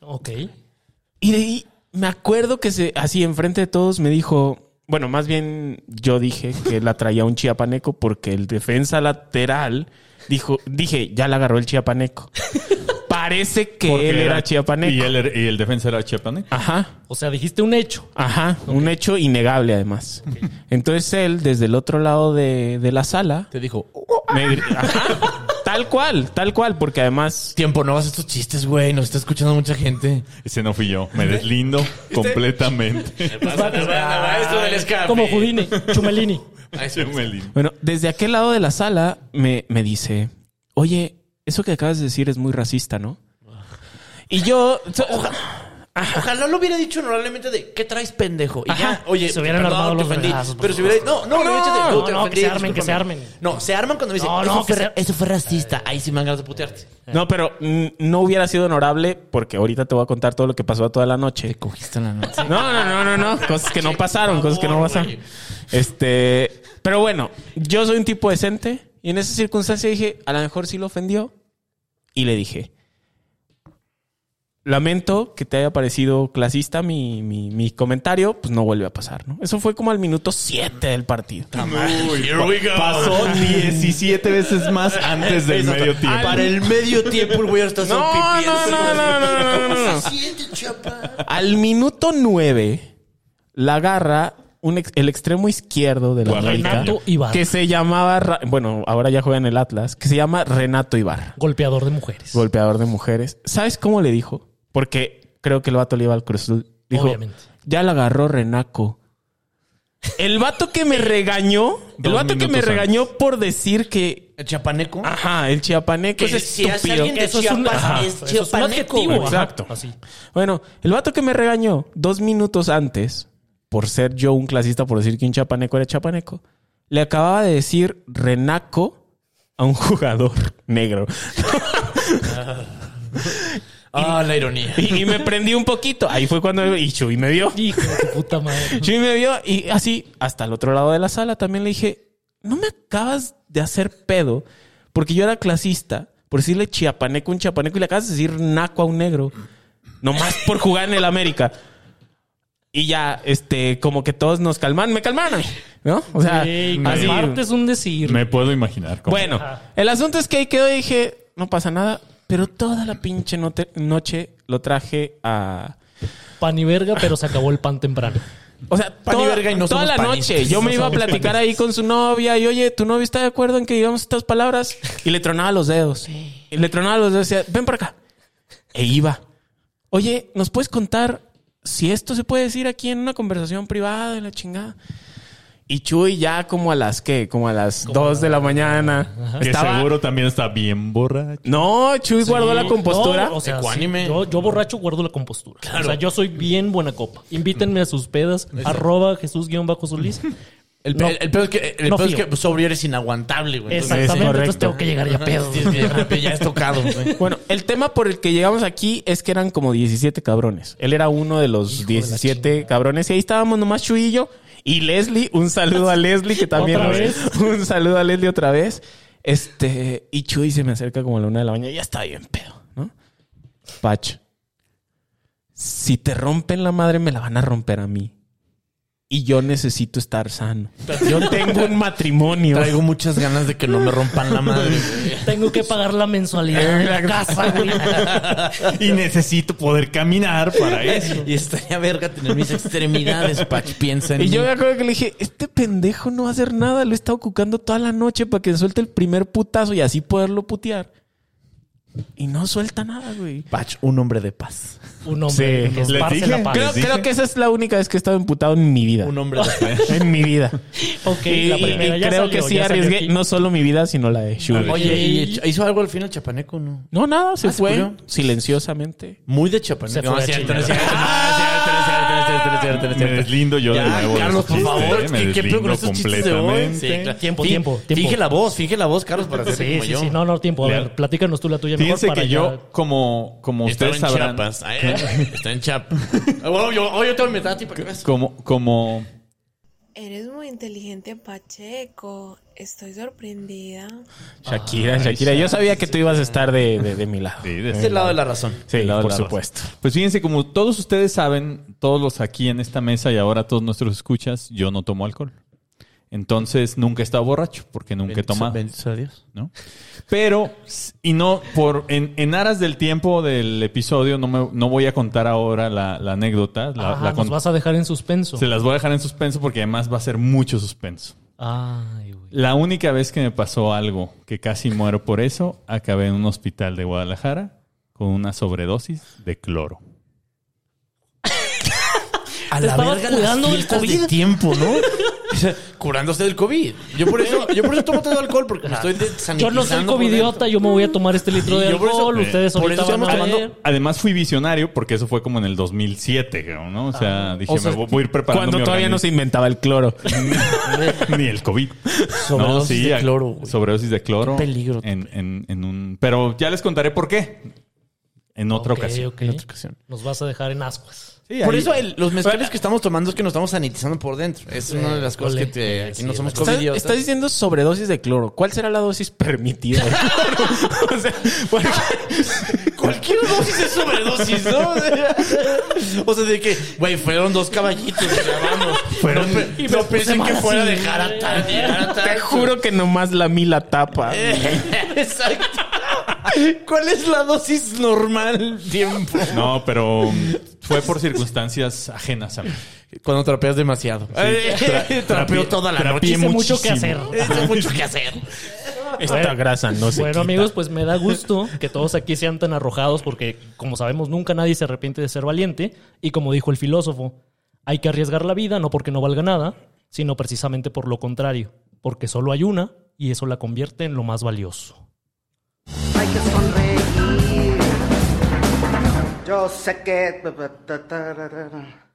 Speaker 4: Ok.
Speaker 3: Y de ahí me acuerdo que se, así enfrente de todos me dijo, bueno, más bien yo dije que la traía un chiapaneco porque el defensa lateral dijo, dije, ya la agarró el chiapaneco. Parece que
Speaker 1: Porque
Speaker 3: él era, chiapaneco.
Speaker 1: Y, él era- y el defensa era chiapaneco.
Speaker 3: Ajá,
Speaker 4: O sea, dijiste un hecho.
Speaker 3: ajá, un hecho innegable además. Entonces él, desde el otro lado de, de la sala,
Speaker 5: Te dijo,
Speaker 3: me gri-
Speaker 1: ah,
Speaker 3: ajá, tal cual, tal cual, porque además
Speaker 5: tiempo, no hagas estos chistes, güey. Nos está escuchando mucha gente.
Speaker 1: Ese no fui yo. Me deslindo
Speaker 4: Este-
Speaker 1: completamente.
Speaker 5: Maestro Ah, del escape.
Speaker 4: Como Houdini, Chumelini.
Speaker 1: Ese me lindo.
Speaker 3: Bueno, desde aquel lado de la sala me, me dice, oye, eso que acabas de decir es muy racista, ¿no? Y yo... so-
Speaker 5: Ojalá lo hubiera dicho normalmente de ¿qué traes, pendejo? Y
Speaker 3: Ajá.
Speaker 5: ya, oye,
Speaker 4: Se hubieran
Speaker 5: perdón,
Speaker 4: armado
Speaker 5: te
Speaker 4: los
Speaker 5: ofendí.
Speaker 4: vergazos, por
Speaker 5: Pero si hubiera no, no,
Speaker 3: No,
Speaker 5: me hubiera dicho de,
Speaker 4: no,
Speaker 5: te
Speaker 4: no, que
Speaker 5: ofendí,
Speaker 4: se armen, que se
Speaker 5: discúlpame.
Speaker 4: armen.
Speaker 5: No, se arman cuando me dicen,
Speaker 4: No, no,
Speaker 5: eso, fue,
Speaker 4: que se-
Speaker 5: ra- eso fue racista. Ahí sí me dan ganas de putearte.
Speaker 3: No, pero mm, no hubiera sido honorable porque ahorita te voy a contar todo lo que pasó toda la noche.
Speaker 5: Cogiste la noche.
Speaker 3: No, no, no, no, no. Cosas que no pasaron,
Speaker 5: favor,
Speaker 3: cosas que no pasaron.
Speaker 5: güey.
Speaker 3: Este, pero bueno, yo soy un tipo decente y en esa circunstancia dije, a lo mejor sí lo ofendió y le dije, lamento que te haya parecido clasista mi, mi, mi comentario, pues no vuelve a pasar, ¿no? Eso fue como al minuto 7 del partido.
Speaker 5: Here we go.
Speaker 1: Pasó 17 veces más antes del
Speaker 5: Exacto.
Speaker 1: medio tiempo.
Speaker 5: Para el medio tiempo el güey está haciendo
Speaker 3: No,
Speaker 5: pipí.
Speaker 3: no, no, no, no, no, no, no.
Speaker 5: Se siente, chapa?
Speaker 3: Al minuto 9 la agarra un ex- el extremo izquierdo de la
Speaker 1: Guarda.
Speaker 3: América.
Speaker 4: Renato Ibarra,
Speaker 3: que se llamaba, Ra- bueno, ahora ya juega en el Atlas, que se llama Renato Ibarra,
Speaker 4: golpeador de mujeres.
Speaker 3: golpeador de mujeres. ¿Sabes cómo le dijo? Porque creo que el vato le iba al Cruz Azul. Dijo,
Speaker 4: Obviamente.
Speaker 3: ya la agarró Renaco. El vato que me regañó, el
Speaker 1: Dos
Speaker 3: vato que
Speaker 1: minutos
Speaker 3: me
Speaker 1: antes.
Speaker 3: regañó por decir que,
Speaker 5: ¿El chapaneco?
Speaker 3: ajá, el chiapaneco
Speaker 5: Que
Speaker 1: Pues
Speaker 3: es
Speaker 5: si hace
Speaker 3: estúpido.
Speaker 5: alguien de
Speaker 4: Eso es un,
Speaker 5: Chiapas
Speaker 4: ajá,
Speaker 5: es
Speaker 4: eso es un
Speaker 5: chiapaneco,
Speaker 4: adjetivo.
Speaker 5: güey.
Speaker 4: ajá,
Speaker 3: Exacto.
Speaker 4: Así.
Speaker 3: Bueno, el vato que me regañó dos minutos antes por ser yo un clasista, por decir que un chapaneco era chapaneco, le acababa de decir renaco a un jugador negro.
Speaker 5: Ah, la ironía.
Speaker 3: Y, y me prendí un poquito. Ahí fue cuando y Chuy me vio.
Speaker 4: Hijo de tu puta madre.
Speaker 3: Chuy me vio y así hasta el otro lado de la sala también le dije, no me acabas de hacer pedo porque yo era clasista por decirle chiapaneco a un chiapaneco y le acabas de decir naco a un negro. Nomás por jugar en el América. Y ya, este, como que todos nos calman, me calmaron, ¿no? O sea,
Speaker 4: Ey,
Speaker 3: así-
Speaker 4: calmarte es un decir.
Speaker 1: Me puedo imaginar. cómo.
Speaker 3: bueno, el asunto es que ahí quedó y dije, no pasa nada, pero toda la pinche note- noche lo traje a,
Speaker 4: Pan y verga, pero se acabó el pan temprano.
Speaker 3: O sea,
Speaker 5: Pan y
Speaker 3: toda,
Speaker 5: verga y no
Speaker 3: toda
Speaker 5: somos
Speaker 3: la
Speaker 5: panistas.
Speaker 3: noche yo me
Speaker 4: No
Speaker 3: iba a
Speaker 4: somos
Speaker 3: platicar ahí con su novia y oye, tu novio está de acuerdo en que digamos estas palabras y le tronaba los dedos. Y le tronaba los dedos y decía, ven por acá. E iba. Oye, ¿nos puedes contar si esto se puede decir aquí en una conversación privada de la chingada? Y Chuy ya como a las, ¿qué? Como a las 2 de la mañana.
Speaker 1: Que
Speaker 3: Estaba-
Speaker 1: seguro también está bien borracho.
Speaker 3: No, Chuy guardó la compostura.
Speaker 4: No, o sea,
Speaker 5: Ecuánime.
Speaker 4: sí, yo, yo borracho guardo la compostura. O sea, yo soy bien buena copa. Invítenme a sus pedas. Arroba Jesús-Solís.
Speaker 5: El,
Speaker 4: No.
Speaker 5: el, el pedo es que, el
Speaker 4: No
Speaker 5: pedo es
Speaker 4: fío.
Speaker 5: que sobrio eres inaguantable, güey. Entonces,
Speaker 4: Exactamente.
Speaker 3: correcto.
Speaker 4: Entonces tengo que llegar ya pedo.
Speaker 5: Sí, sí, ya es tocado, güey.
Speaker 3: Bueno, el tema por el que llegamos aquí es que eran como 17 cabrones. Él era uno de los 17 cabrones y ahí estábamos nomás Chuy y yo. Y Leslie, un saludo a Leslie que también...
Speaker 4: ¿Otra vez?
Speaker 3: Un saludo a Leslie otra vez. Este, y Chuy se me acerca como a la una de la mañana y ya está bien pedo, ¿no? Pach, si te rompen la madre me la van a romper a mí. Y yo necesito estar sano. Yo tengo un matrimonio.
Speaker 5: Traigo muchas ganas de que no me rompan la madre, güey.
Speaker 4: Tengo que pagar la mensualidad de la casa, güey.
Speaker 1: Y necesito poder caminar para eso.
Speaker 5: Y estaría verga tener mis extremidades, Pach, piensa en
Speaker 3: Y yo
Speaker 5: mí.
Speaker 3: me acuerdo que le dije, este pendejo no va a hacer nada, lo he estado cucando toda la noche para que suelte el primer putazo y así poderlo putear. Y no suelta nada, güey.
Speaker 5: Pach, un hombre de paz.
Speaker 4: Un hombre
Speaker 3: Sí,
Speaker 4: que
Speaker 1: les
Speaker 4: esparce
Speaker 1: dije.
Speaker 4: la paz.
Speaker 3: Creo,
Speaker 1: dije.
Speaker 3: creo que esa es la única vez que he estado emputado en mi vida.
Speaker 5: Un hombre de paz.
Speaker 3: En mi vida.
Speaker 4: Ok,
Speaker 3: Y,
Speaker 4: la
Speaker 3: y-
Speaker 4: primera.
Speaker 3: y
Speaker 4: ya
Speaker 3: creo
Speaker 4: salió,
Speaker 3: que sí
Speaker 4: ya salió
Speaker 3: arriesgué
Speaker 4: aquí.
Speaker 3: no solo mi vida, sino la de
Speaker 1: A
Speaker 3: Shuri.
Speaker 1: ver.
Speaker 5: Oye, ¿y
Speaker 4: Sí.
Speaker 5: ch- hizo algo al final Chapaneco, no?
Speaker 3: No, nada, se
Speaker 5: Ah, ¿se
Speaker 3: fue
Speaker 5: murió?
Speaker 3: silenciosamente.
Speaker 5: Muy de Chapaneco.
Speaker 4: Se fue
Speaker 5: No, Ah,
Speaker 4: la
Speaker 5: es cierto, no es
Speaker 4: chingada.
Speaker 5: cierto, no es cierto, no es cierto, no es cierto, no es cierto, no es
Speaker 1: Me
Speaker 5: cierto.
Speaker 1: deslindo yo de
Speaker 5: Ya,
Speaker 1: nuevo. de
Speaker 5: Carlos,
Speaker 1: esos
Speaker 5: por
Speaker 1: chistes,
Speaker 5: favor,
Speaker 1: ¿eh? Me
Speaker 5: ¿qué, qué pedo con
Speaker 1: deslindo
Speaker 5: estos chistes de hoy?
Speaker 1: completamente.
Speaker 5: claro.
Speaker 4: Tiempo,
Speaker 5: Fi-
Speaker 4: tiempo, tiempo.
Speaker 5: Finge la voz, finge la voz, Carlos, para hacer
Speaker 4: Sí,
Speaker 5: como
Speaker 4: sí,
Speaker 5: yo.
Speaker 4: sí. No, no, tiempo. A
Speaker 1: Le-
Speaker 4: ver, platícanos tú la tuya mejor.
Speaker 1: Fíjense
Speaker 4: para
Speaker 1: que
Speaker 4: ya-
Speaker 1: yo, como, como
Speaker 5: Estaba
Speaker 1: ustedes
Speaker 5: en
Speaker 1: sabrán,
Speaker 5: Chiapas. Ay, ay, Está en Chiapas. Ah, bueno, yo, oh, yo tengo mi tati para que veas.
Speaker 1: como, como,
Speaker 6: Eres muy inteligente, Pacheco. Estoy sorprendida.
Speaker 3: Shakira, Shakira. Yo sabía que tú ibas a estar de, de- de mi lado.
Speaker 1: Sí, de-
Speaker 5: Este lado de la razón.
Speaker 3: Sí,
Speaker 1: del Eh, lado de
Speaker 3: por
Speaker 1: la
Speaker 3: supuesto.
Speaker 1: Pues fíjense, como todos ustedes saben, todos los aquí en esta mesa y ahora todos nuestros escuchas, yo no tomo alcohol. Entonces nunca he estado borracho porque nunca he tomado.
Speaker 5: Bendito Dios.
Speaker 1: ¿no? Pero, y no, por en, en aras del tiempo del episodio, no, me, no voy a contar ahora la, la anécdota. La,
Speaker 4: Ajá,
Speaker 1: la
Speaker 4: nos
Speaker 1: con-
Speaker 4: vas a dejar en suspenso.
Speaker 1: Se las voy a dejar en suspenso porque además va a ser mucho suspenso.
Speaker 4: Ay, güey.
Speaker 1: La única vez que me pasó algo que casi muero por eso, acabé en un hospital de Guadalajara con una sobredosis de cloro.
Speaker 5: A
Speaker 4: Te
Speaker 5: la
Speaker 4: estabas
Speaker 5: verga las
Speaker 4: cuidando del
Speaker 5: fiestas de
Speaker 4: COVID.
Speaker 5: tiempo, ¿no? O sea, curándose del COVID. Yo por eso, yo por eso tomo tanto alcohol, porque me estoy desanitizando.
Speaker 4: Yo no soy
Speaker 5: por dentro.
Speaker 4: covidiota, yo me voy a tomar este litro de
Speaker 5: Yo por eso-
Speaker 4: alcohol. Ustedes
Speaker 5: por eso
Speaker 4: ahorita van a
Speaker 5: estamos
Speaker 4: ver.
Speaker 1: Además fui visionario porque eso fue como en el 2007, creo, ¿no? O sea, dije,
Speaker 3: Ah. O sea,
Speaker 1: me voy- voy a ir preparando
Speaker 3: Cuando
Speaker 1: mi
Speaker 3: todavía no se
Speaker 1: organismo.
Speaker 3: inventaba el cloro.
Speaker 1: Ni el COVID.
Speaker 5: Sobredosis de
Speaker 1: a-
Speaker 5: cloro, güey.
Speaker 1: Sobredosis de cloro.
Speaker 5: Qué peligro,
Speaker 1: En, en- en un, pero ya les contaré por qué. En otra
Speaker 4: Ok,
Speaker 1: ocasión.
Speaker 4: ok.
Speaker 5: En otra ocasión.
Speaker 4: Nos vas a dejar en ascuas.
Speaker 1: Sí,
Speaker 5: Por
Speaker 1: ahí-
Speaker 5: eso el- los mezcales que estamos tomando es que nos estamos sanitizando por dentro. Es una de las cosas
Speaker 4: ole.
Speaker 5: que te, aquí no
Speaker 4: Sí,
Speaker 5: somos
Speaker 3: Estás,
Speaker 5: covidiotas.
Speaker 3: estás diciendo sobredosis de cloro. ¿Cuál será la dosis permitida? o sea, porque-
Speaker 5: Cualquier dosis es sobredosis, ¿no? O sea, O sea, de que, güey, fueron dos caballitos, o sea, vamos.
Speaker 1: Fueron-
Speaker 5: no, pe-
Speaker 4: y me
Speaker 5: no
Speaker 4: puse
Speaker 5: pensé
Speaker 4: mal
Speaker 5: que fuera
Speaker 4: así,
Speaker 5: de Jarata.
Speaker 4: güey.
Speaker 3: te juro que nomás lamí la tapa.
Speaker 5: Eh. Exacto. ¿Cuál es la dosis normal tiempo?
Speaker 1: No, pero um, fue por circunstancias ajenas a mí.
Speaker 5: Cuando trapeas demasiado. Eh, trapeo
Speaker 1: trapeé-
Speaker 5: toda la
Speaker 1: trapeé
Speaker 5: noche.
Speaker 4: Hice mucho que hacer.
Speaker 1: muchísimo.
Speaker 5: Hice mucho que hacer.
Speaker 3: Esta grasa no se
Speaker 4: Bueno,
Speaker 3: quita.
Speaker 4: amigos, pues me da gusto que todos aquí sean tan arrojados porque, como sabemos, nunca nadie se arrepiente de ser valiente. Y como dijo el filósofo, hay que arriesgar la vida no porque no valga nada, sino precisamente por lo contrario, porque solo hay una y eso la convierte en lo más valioso.
Speaker 7: Hay que sonreír.
Speaker 8: Yo sé que... ta- ta- ra- ra- ra.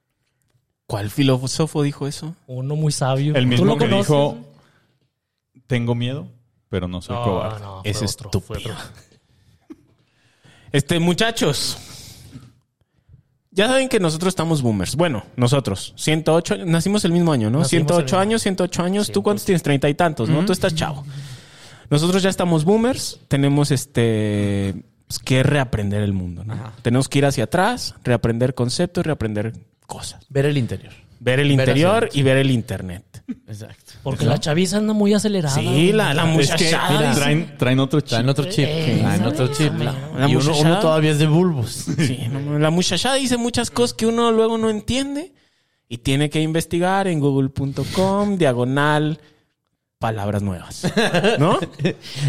Speaker 3: ¿Cuál filósofo dijo eso?
Speaker 4: Uno muy sabio.
Speaker 1: El
Speaker 4: ¿Tú
Speaker 1: mismo
Speaker 4: lo
Speaker 1: que
Speaker 4: conoces?
Speaker 1: dijo, tengo miedo, pero no soy
Speaker 4: No,
Speaker 1: cobarde.
Speaker 4: no, Ah, fue
Speaker 3: Es
Speaker 4: otro, fue
Speaker 3: estúpido.
Speaker 4: otro.
Speaker 3: Este, muchachos. Ya saben que nosotros estamos boomers. Bueno, nosotros. 108 años. Nacimos el mismo año, ¿no?
Speaker 4: Nacimos el
Speaker 3: 108
Speaker 4: mismo año.
Speaker 3: años, 108 años. ¿Tú cuántos tienes? Treinta y tantos, ¿no? Tú estás chavo. Nosotros ya estamos boomers. Tenemos este... pues, que reaprender el mundo, ¿no? Tenemos que ir hacia atrás, reaprender conceptos, reaprender cosas.
Speaker 5: Ver el interior.
Speaker 3: Ver el
Speaker 5: Ver hacia
Speaker 3: interior
Speaker 5: adentro.
Speaker 3: y ver el internet.
Speaker 5: Exacto.
Speaker 4: Porque la chaviza anda muy acelerada.
Speaker 3: Sí, la, la
Speaker 1: Es que
Speaker 3: muchachada.
Speaker 1: mira,
Speaker 3: dice-
Speaker 1: traen, traen otro chip.
Speaker 5: Traen otro chip.
Speaker 4: Eh,
Speaker 5: Traen
Speaker 4: ¿sabes?
Speaker 5: otro chip.
Speaker 3: La
Speaker 5: Y uno,
Speaker 3: muchachada.
Speaker 5: uno todavía es de bulbos.
Speaker 3: Sí, no, la muchachada dice muchas cosas que uno luego no entiende y tiene que investigar en google.com, diagonal, palabras nuevas. ¿No?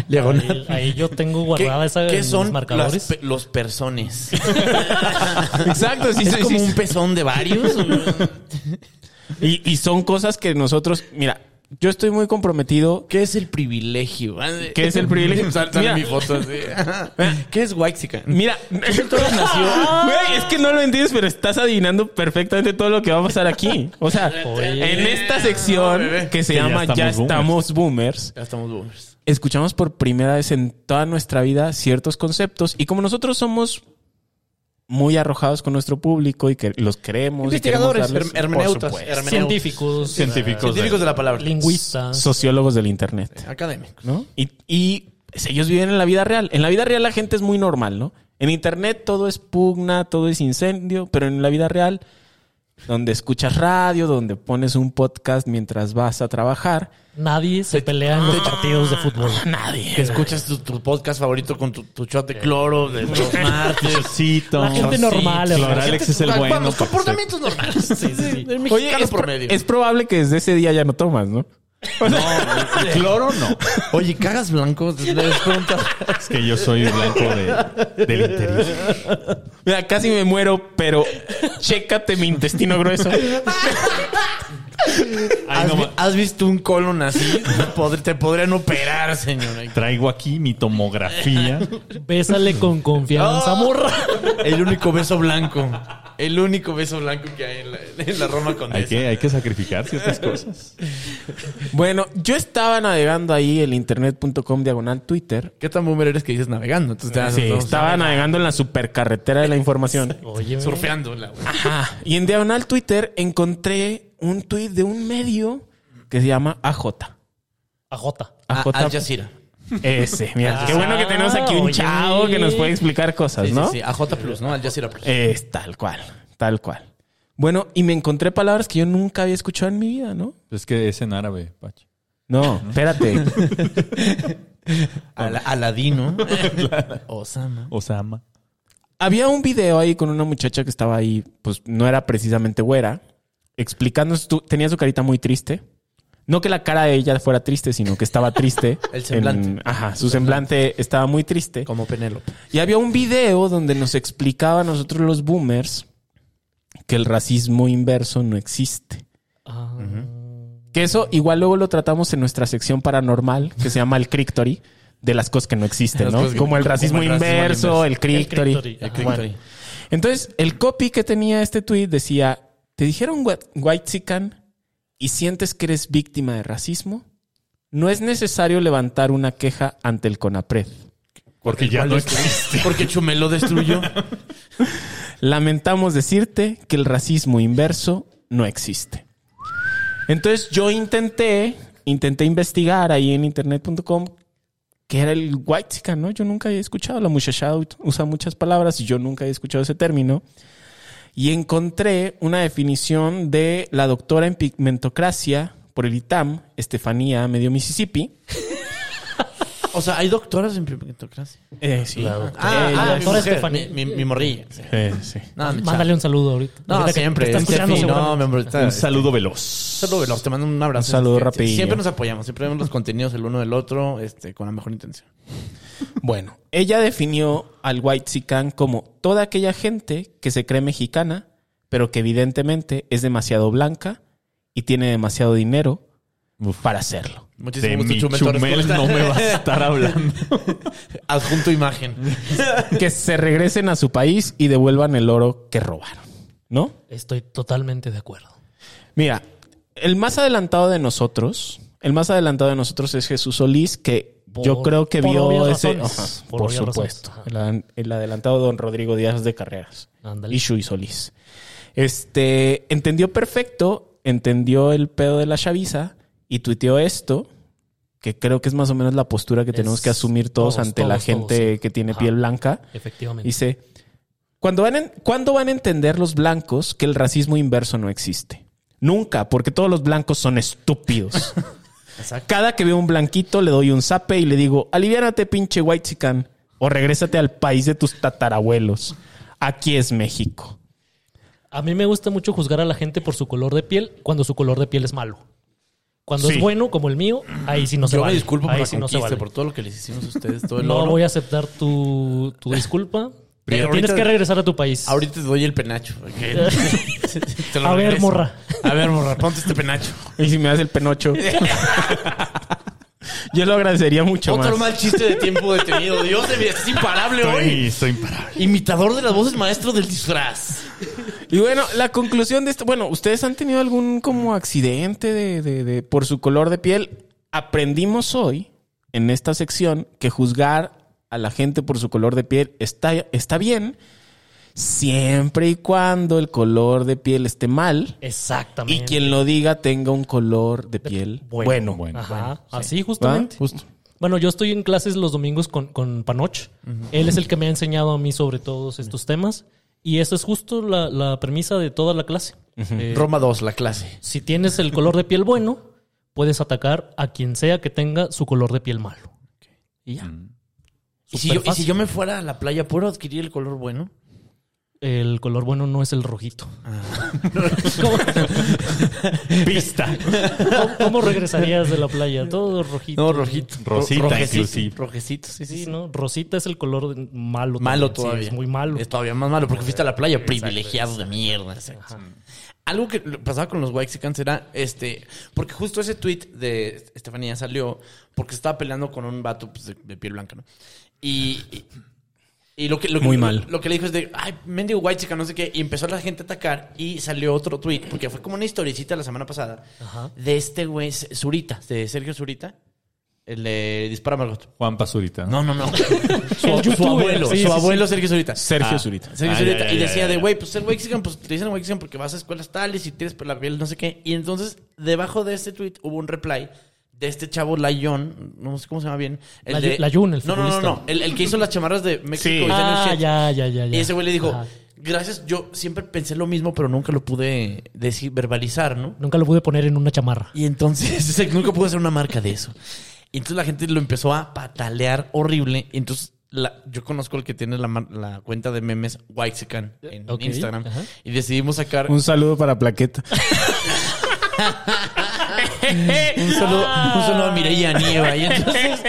Speaker 5: Diagonal.
Speaker 4: Ahí, ahí yo tengo guardada esa
Speaker 5: ¿Qué
Speaker 4: en
Speaker 5: son
Speaker 4: los
Speaker 5: las
Speaker 4: marcadores.
Speaker 5: pe- los persones?
Speaker 3: Exacto, sí,
Speaker 5: ¿Es
Speaker 3: sí,
Speaker 5: como
Speaker 3: sí.
Speaker 5: un pezón de varios?
Speaker 3: Y, y son cosas que nosotros, mira, yo estoy muy comprometido.
Speaker 5: ¿Qué es el privilegio? ¿Ah?
Speaker 3: ¿Qué es el privilegio?
Speaker 5: Sal- sale
Speaker 3: Mira.
Speaker 5: mi foto así. ¿Qué es Waxican?
Speaker 3: Eh. Mira, Güey, es que no lo entiendes, pero estás adivinando perfectamente todo lo que va a pasar aquí. O sea,
Speaker 4: Oye.
Speaker 3: en esta sección
Speaker 5: No, bebé.
Speaker 3: que se
Speaker 1: Que ya
Speaker 3: llama
Speaker 1: estamos
Speaker 3: Ya
Speaker 1: boomers.
Speaker 3: estamos boomers,
Speaker 5: Ya estamos boomers.
Speaker 3: escuchamos por primera vez en toda nuestra vida ciertos conceptos y como nosotros somos muy arrojados con nuestro público y que los creemos y queremos
Speaker 5: Investigadores,
Speaker 3: darles-
Speaker 5: her- hermeneutas,
Speaker 3: por supuesto,
Speaker 5: hermeneutas.
Speaker 4: Científicos,
Speaker 1: Científicos.
Speaker 5: Científicos de la palabra.
Speaker 4: lingüistas.
Speaker 3: sociólogos del internet.
Speaker 5: Académicos.
Speaker 3: ¿no? Y, y, pues, ellos viven en la vida real. En la vida real la gente es muy normal, ¿no? En internet todo es pugna, todo es incendio, pero en la vida real, donde escuchas radio, donde pones un podcast mientras vas a trabajar,
Speaker 4: Nadie se pelea en los partidos de
Speaker 5: Ah,
Speaker 4: fútbol. Nadie.
Speaker 5: Que escuchas tu, tu podcast favorito con tu, tu shot de cloro de los martes.
Speaker 1: Chocito.
Speaker 4: La gente normal,
Speaker 1: Claro,
Speaker 4: hermano.
Speaker 1: Alex es el
Speaker 5: Vamos,
Speaker 1: bueno. porque-
Speaker 5: comportamientos normales. Sí, sí, El
Speaker 3: Oye,
Speaker 5: mexicano
Speaker 3: es, pro-
Speaker 5: promedio.
Speaker 3: es probable que desde ese día ya no tomas, ¿no?
Speaker 1: No, cloro no.
Speaker 5: Oye, ¿cagas blanco? Les preguntas.
Speaker 1: Es que yo soy blanco de, del interior.
Speaker 3: Mira, casi me muero, pero chécate mi intestino grueso.
Speaker 1: Ay,
Speaker 5: ¿Has,
Speaker 1: no
Speaker 5: vi-
Speaker 1: ma-
Speaker 5: has visto un colon así? Pod- te podrían operar, señora.
Speaker 1: Traigo aquí mi tomografía.
Speaker 4: Bésale con confianza,
Speaker 5: Oh.
Speaker 4: morra.
Speaker 5: El único beso blanco. El único beso blanco que hay en la, en la Roma
Speaker 1: Hay
Speaker 5: Condesa.
Speaker 1: que, hay que sacrificar ciertas cosas.
Speaker 3: bueno, yo estaba navegando ahí el internet.com diagonal Twitter.
Speaker 5: ¿Qué tan boomer eres que dices navegando? Entonces te das-
Speaker 3: Sí,
Speaker 5: todos-
Speaker 3: estaba navegando en la supercarretera de la información.
Speaker 4: Oye,
Speaker 5: surfeando. La,
Speaker 3: Ajá. Y en diagonal Twitter encontré un tweet de un medio que se llama AJ.
Speaker 4: ajota.
Speaker 3: AJ.
Speaker 5: Ah, Al Jazeera. Ah,
Speaker 3: Ese, mira. qué bueno que tenemos aquí un
Speaker 4: oye.
Speaker 3: chavo que nos puede explicar cosas,
Speaker 5: Sí,
Speaker 3: ¿no? Eh,
Speaker 5: sí, sí, AJ Plus, ¿no? Al Jazeera Plus.
Speaker 3: Es tal cual, tal cual. Bueno, y me encontré palabras que yo nunca había escuchado en mi vida, ¿no?
Speaker 1: Es que es en árabe, Pachi.
Speaker 3: No, espérate.
Speaker 5: Al- Aladino. Osama.
Speaker 1: Osama.
Speaker 3: había un video ahí con una muchacha que estaba ahí, pues no era precisamente güera, explicando, su- tenía su carita muy triste. No que la cara de ella fuera triste, sino que estaba triste.
Speaker 5: El semblante.
Speaker 3: En- ajá, su semblante estaba muy triste.
Speaker 5: Como Penélope.
Speaker 3: Y había un video donde nos explicaba a nosotros los boomers que el racismo inverso no existe.
Speaker 4: Ah.
Speaker 3: Que eso igual luego lo tratamos en nuestra sección paranormal, que se llama el Crictory, de las cosas que no existen,
Speaker 5: Las
Speaker 3: ¿no?
Speaker 5: cosas que-
Speaker 3: Como el
Speaker 5: como
Speaker 3: racismo
Speaker 5: el racismo
Speaker 3: inverso,
Speaker 5: inverso.
Speaker 3: el Crictory.
Speaker 4: El Crictory.
Speaker 5: El
Speaker 4: Ajá.
Speaker 5: Crick
Speaker 3: Bueno.
Speaker 5: Tory.
Speaker 3: Entonces, el copy que tenía este tweet decía: ¿Te dijeron white chican y sientes que eres víctima de racismo? No es necesario levantar una queja ante el CONAPRED.
Speaker 1: Porque ya
Speaker 5: ¿Cuál
Speaker 1: no
Speaker 5: es?
Speaker 1: existe.
Speaker 5: Porque Chumelo destruyó.
Speaker 3: Lamentamos decirte que el racismo inverso no existe. Entonces, yo intenté, intenté investigar ahí en internet.com qué era el white chican, ¿no? Yo nunca había escuchado, la muchachada usa muchas palabras y yo nunca había escuchado ese término. y encontré una definición de la doctora en pigmentocracia por el ITAM, Estefanía Medio Mississippi.
Speaker 5: O sea, hay doctoras en pigmentocracia.
Speaker 3: Eh, sí.
Speaker 5: Ah,
Speaker 4: Ella
Speaker 5: ah,
Speaker 4: es-
Speaker 5: mi,
Speaker 4: Doctora
Speaker 5: mujer,
Speaker 4: Estefanía.
Speaker 5: mi, mi- mi morrilla.
Speaker 3: Eh, sí.
Speaker 5: No, mi
Speaker 4: Mándale un saludo ahorita.
Speaker 5: No,
Speaker 4: Ahorita que
Speaker 5: siempre.
Speaker 4: te está escuchando
Speaker 5: Estefi, no,
Speaker 4: seguramente.
Speaker 5: mi amor,
Speaker 1: Un
Speaker 5: está-
Speaker 1: saludo veloz.
Speaker 5: Saludo veloz, te mando un abrazo.
Speaker 3: Un saludo
Speaker 5: Este,
Speaker 3: rapidillo.
Speaker 5: Siempre nos apoyamos, siempre vemos los contenidos el uno del otro, este, con la mejor intención.
Speaker 3: Bueno, ella definió al white como toda aquella gente que se cree mexicana, pero que evidentemente es demasiado blanca y tiene demasiado dinero para hacerlo.
Speaker 5: Muchísimo
Speaker 1: De
Speaker 5: gusto,
Speaker 1: mi
Speaker 5: Chumel Torres,
Speaker 1: chumel
Speaker 5: ¿cómo
Speaker 1: no me va a estar hablando.
Speaker 5: estás? Adjunto imagen.
Speaker 3: Que se regresen a su país y devuelvan el oro que robaron, ¿no?
Speaker 4: Estoy totalmente de acuerdo.
Speaker 3: Mira, el más adelantado de nosotros, el más adelantado de nosotros es Jesús Solís, que
Speaker 4: Por-
Speaker 3: yo creo que
Speaker 4: por
Speaker 3: vio
Speaker 4: obvias
Speaker 3: ese.
Speaker 4: razones.
Speaker 3: Ajá, por
Speaker 4: Por obvias
Speaker 3: supuesto.
Speaker 4: razones,
Speaker 3: El, adan- el adelantado don Rodrigo Díaz de Carreras.
Speaker 4: Ándale.
Speaker 3: Y Shui Solís. Este entendió perfecto, entendió el pedo de la chaviza y tuiteó esto, que creo que es más o menos la postura que tenemos
Speaker 4: Es-
Speaker 3: que asumir todos,
Speaker 4: todos,
Speaker 3: ante la
Speaker 4: todos,
Speaker 3: gente
Speaker 4: todos, sí.
Speaker 3: que tiene
Speaker 4: Ajá.
Speaker 3: piel blanca.
Speaker 4: Efectivamente.
Speaker 3: Dice, ¿cuándo van, en- ¿cuándo van a entender los blancos que el racismo inverso no existe? Nunca, porque todos los blancos son estúpidos. Cada que veo un blanquito le doy un zape y le digo, aliviánate pinche white chican o regrésate al país de tus tatarabuelos. Aquí es México.
Speaker 4: A mí me gusta mucho juzgar a la gente por su color de piel cuando su color de piel es malo. Cuando
Speaker 1: Sí.
Speaker 4: es bueno, como el mío, ahí sí no se
Speaker 5: Yo
Speaker 4: vale.
Speaker 5: me disculpo por
Speaker 4: ahí
Speaker 5: la
Speaker 4: sí no se vale.
Speaker 5: conquista, por todo lo que les hicimos a ustedes, todo el
Speaker 4: No
Speaker 5: oro.
Speaker 4: voy a aceptar tu, tu disculpa.
Speaker 5: Pero
Speaker 4: Pero tienes
Speaker 5: ahorita-
Speaker 4: que regresar a tu país.
Speaker 5: Ahorita te doy el penacho. ok. Te lo
Speaker 4: A ver,
Speaker 5: regreso.
Speaker 4: morra.
Speaker 5: A ver, morra, ponte este penacho.
Speaker 3: Y si me das el penocho. Yo lo agradecería mucho
Speaker 5: Otro
Speaker 3: más.
Speaker 5: mal chiste de tiempo detenido. Dios, de mi- es imparable
Speaker 1: Estoy,
Speaker 5: hoy.
Speaker 1: estoy imparable.
Speaker 5: Imitador de las voces, maestro del disfraz.
Speaker 3: Y bueno, la conclusión de esto. Bueno, ¿ustedes han tenido algún como accidente de, de- de- por su color de piel? Aprendimos hoy en esta sección que juzgar a la gente por su color de piel está, está bien siempre y cuando el color de piel esté mal y
Speaker 4: Exactamente.
Speaker 3: quien lo diga tenga un color de piel bueno.
Speaker 1: bueno,
Speaker 4: Ajá,
Speaker 3: bueno, sí.
Speaker 4: así
Speaker 3: ¿Va?
Speaker 4: justamente.
Speaker 3: Justo.
Speaker 4: Bueno, yo estoy en clases los domingos con, con Panoch. Él es el que me ha enseñado a mí sobre todos estos temas. Y eso es justo la, la premisa de toda la clase. Eh,
Speaker 5: Roma 2, la clase.
Speaker 4: si tienes el color de piel bueno, puedes atacar a quien sea que tenga su color de piel malo. Y ya.
Speaker 5: ¿Y si, yo, y si
Speaker 4: Superfácil.
Speaker 5: yo me fuera a la playa, ¿puedo adquirir el color bueno?
Speaker 4: El color bueno no es el rojito.
Speaker 5: Ah.
Speaker 1: Pista.
Speaker 4: ¿Cómo, cómo regresarías de la playa? Todo rojito.
Speaker 5: No, rojito.
Speaker 1: Rosita,
Speaker 5: Rojecito.
Speaker 1: inclusive.
Speaker 5: Rojecito, sí, sí.
Speaker 4: Sí,
Speaker 5: sí.
Speaker 4: ¿no? Rosita es el color de- malo.
Speaker 5: Malo
Speaker 4: también, sí,
Speaker 5: todavía. Este,
Speaker 4: es muy malo.
Speaker 5: Es todavía más malo porque fuiste a la playa privilegiado de mierda. exacto. Algo que lo- pasaba con los Whitexicans era este. Porque justo ese tweet de Estefanía salió porque estaba peleando con un vato pues, de, de piel blanca, ¿no? Y. y- y lo que, lo que-
Speaker 3: Muy
Speaker 5: lo-
Speaker 3: mal.
Speaker 5: Lo que le dijo es de, ay, mendigo white no sé qué. Y empezó la gente a atacar y salió otro tweet, porque fue como una historiecita la semana pasada, de este güey, Zurita, de Sergio Zurita, el de Dispara Margot.
Speaker 1: Juan Pazurita.
Speaker 5: No, no, no. su,
Speaker 4: El
Speaker 5: su
Speaker 4: youtuber.
Speaker 5: abuelo,
Speaker 4: Sí, sí,
Speaker 5: su
Speaker 4: sí.
Speaker 5: abuelo Sergio Zurita.
Speaker 3: Sergio
Speaker 1: Ah.
Speaker 3: Zurita.
Speaker 5: Sergio
Speaker 1: Ah,
Speaker 5: Zurita.
Speaker 1: ya, ya,
Speaker 5: y
Speaker 1: ya,
Speaker 5: decía
Speaker 1: ya,
Speaker 5: de,
Speaker 1: ya.
Speaker 5: güey, pues ser Waxican, pues te dicen Waxican porque vas a escuelas tales y tienes la piel no sé qué. Y entonces, debajo de este tweet hubo un reply de este chavo Layón, no sé cómo se llama bien. El
Speaker 4: Lay-
Speaker 5: de-
Speaker 4: Layún, el
Speaker 5: No, no, no,
Speaker 4: futbolista.
Speaker 5: no. El, el que hizo las chamarras de México. y
Speaker 4: Ah,
Speaker 5: Daniel Shea.
Speaker 4: ya, ya, ya, ya.
Speaker 5: Y ese güey le dijo,
Speaker 4: Ajá.
Speaker 5: gracias, yo siempre pensé lo mismo, pero nunca lo pude decir, verbalizar, ¿no?
Speaker 4: Nunca lo pude poner en una chamarra.
Speaker 5: Y entonces ese nunca pude hacer una marca de eso. Y entonces la gente lo empezó a patalear horrible. Y entonces la- yo conozco al que tiene la, mar- la cuenta de memes Whitexican en
Speaker 4: Ok,
Speaker 5: Instagram.
Speaker 4: ajá.
Speaker 5: Y decidimos sacar
Speaker 3: Un
Speaker 5: un,
Speaker 3: saludo para Plaqueta.
Speaker 5: ¡Eh! saludo, un saludo a Mireia Nieva. Y entonces,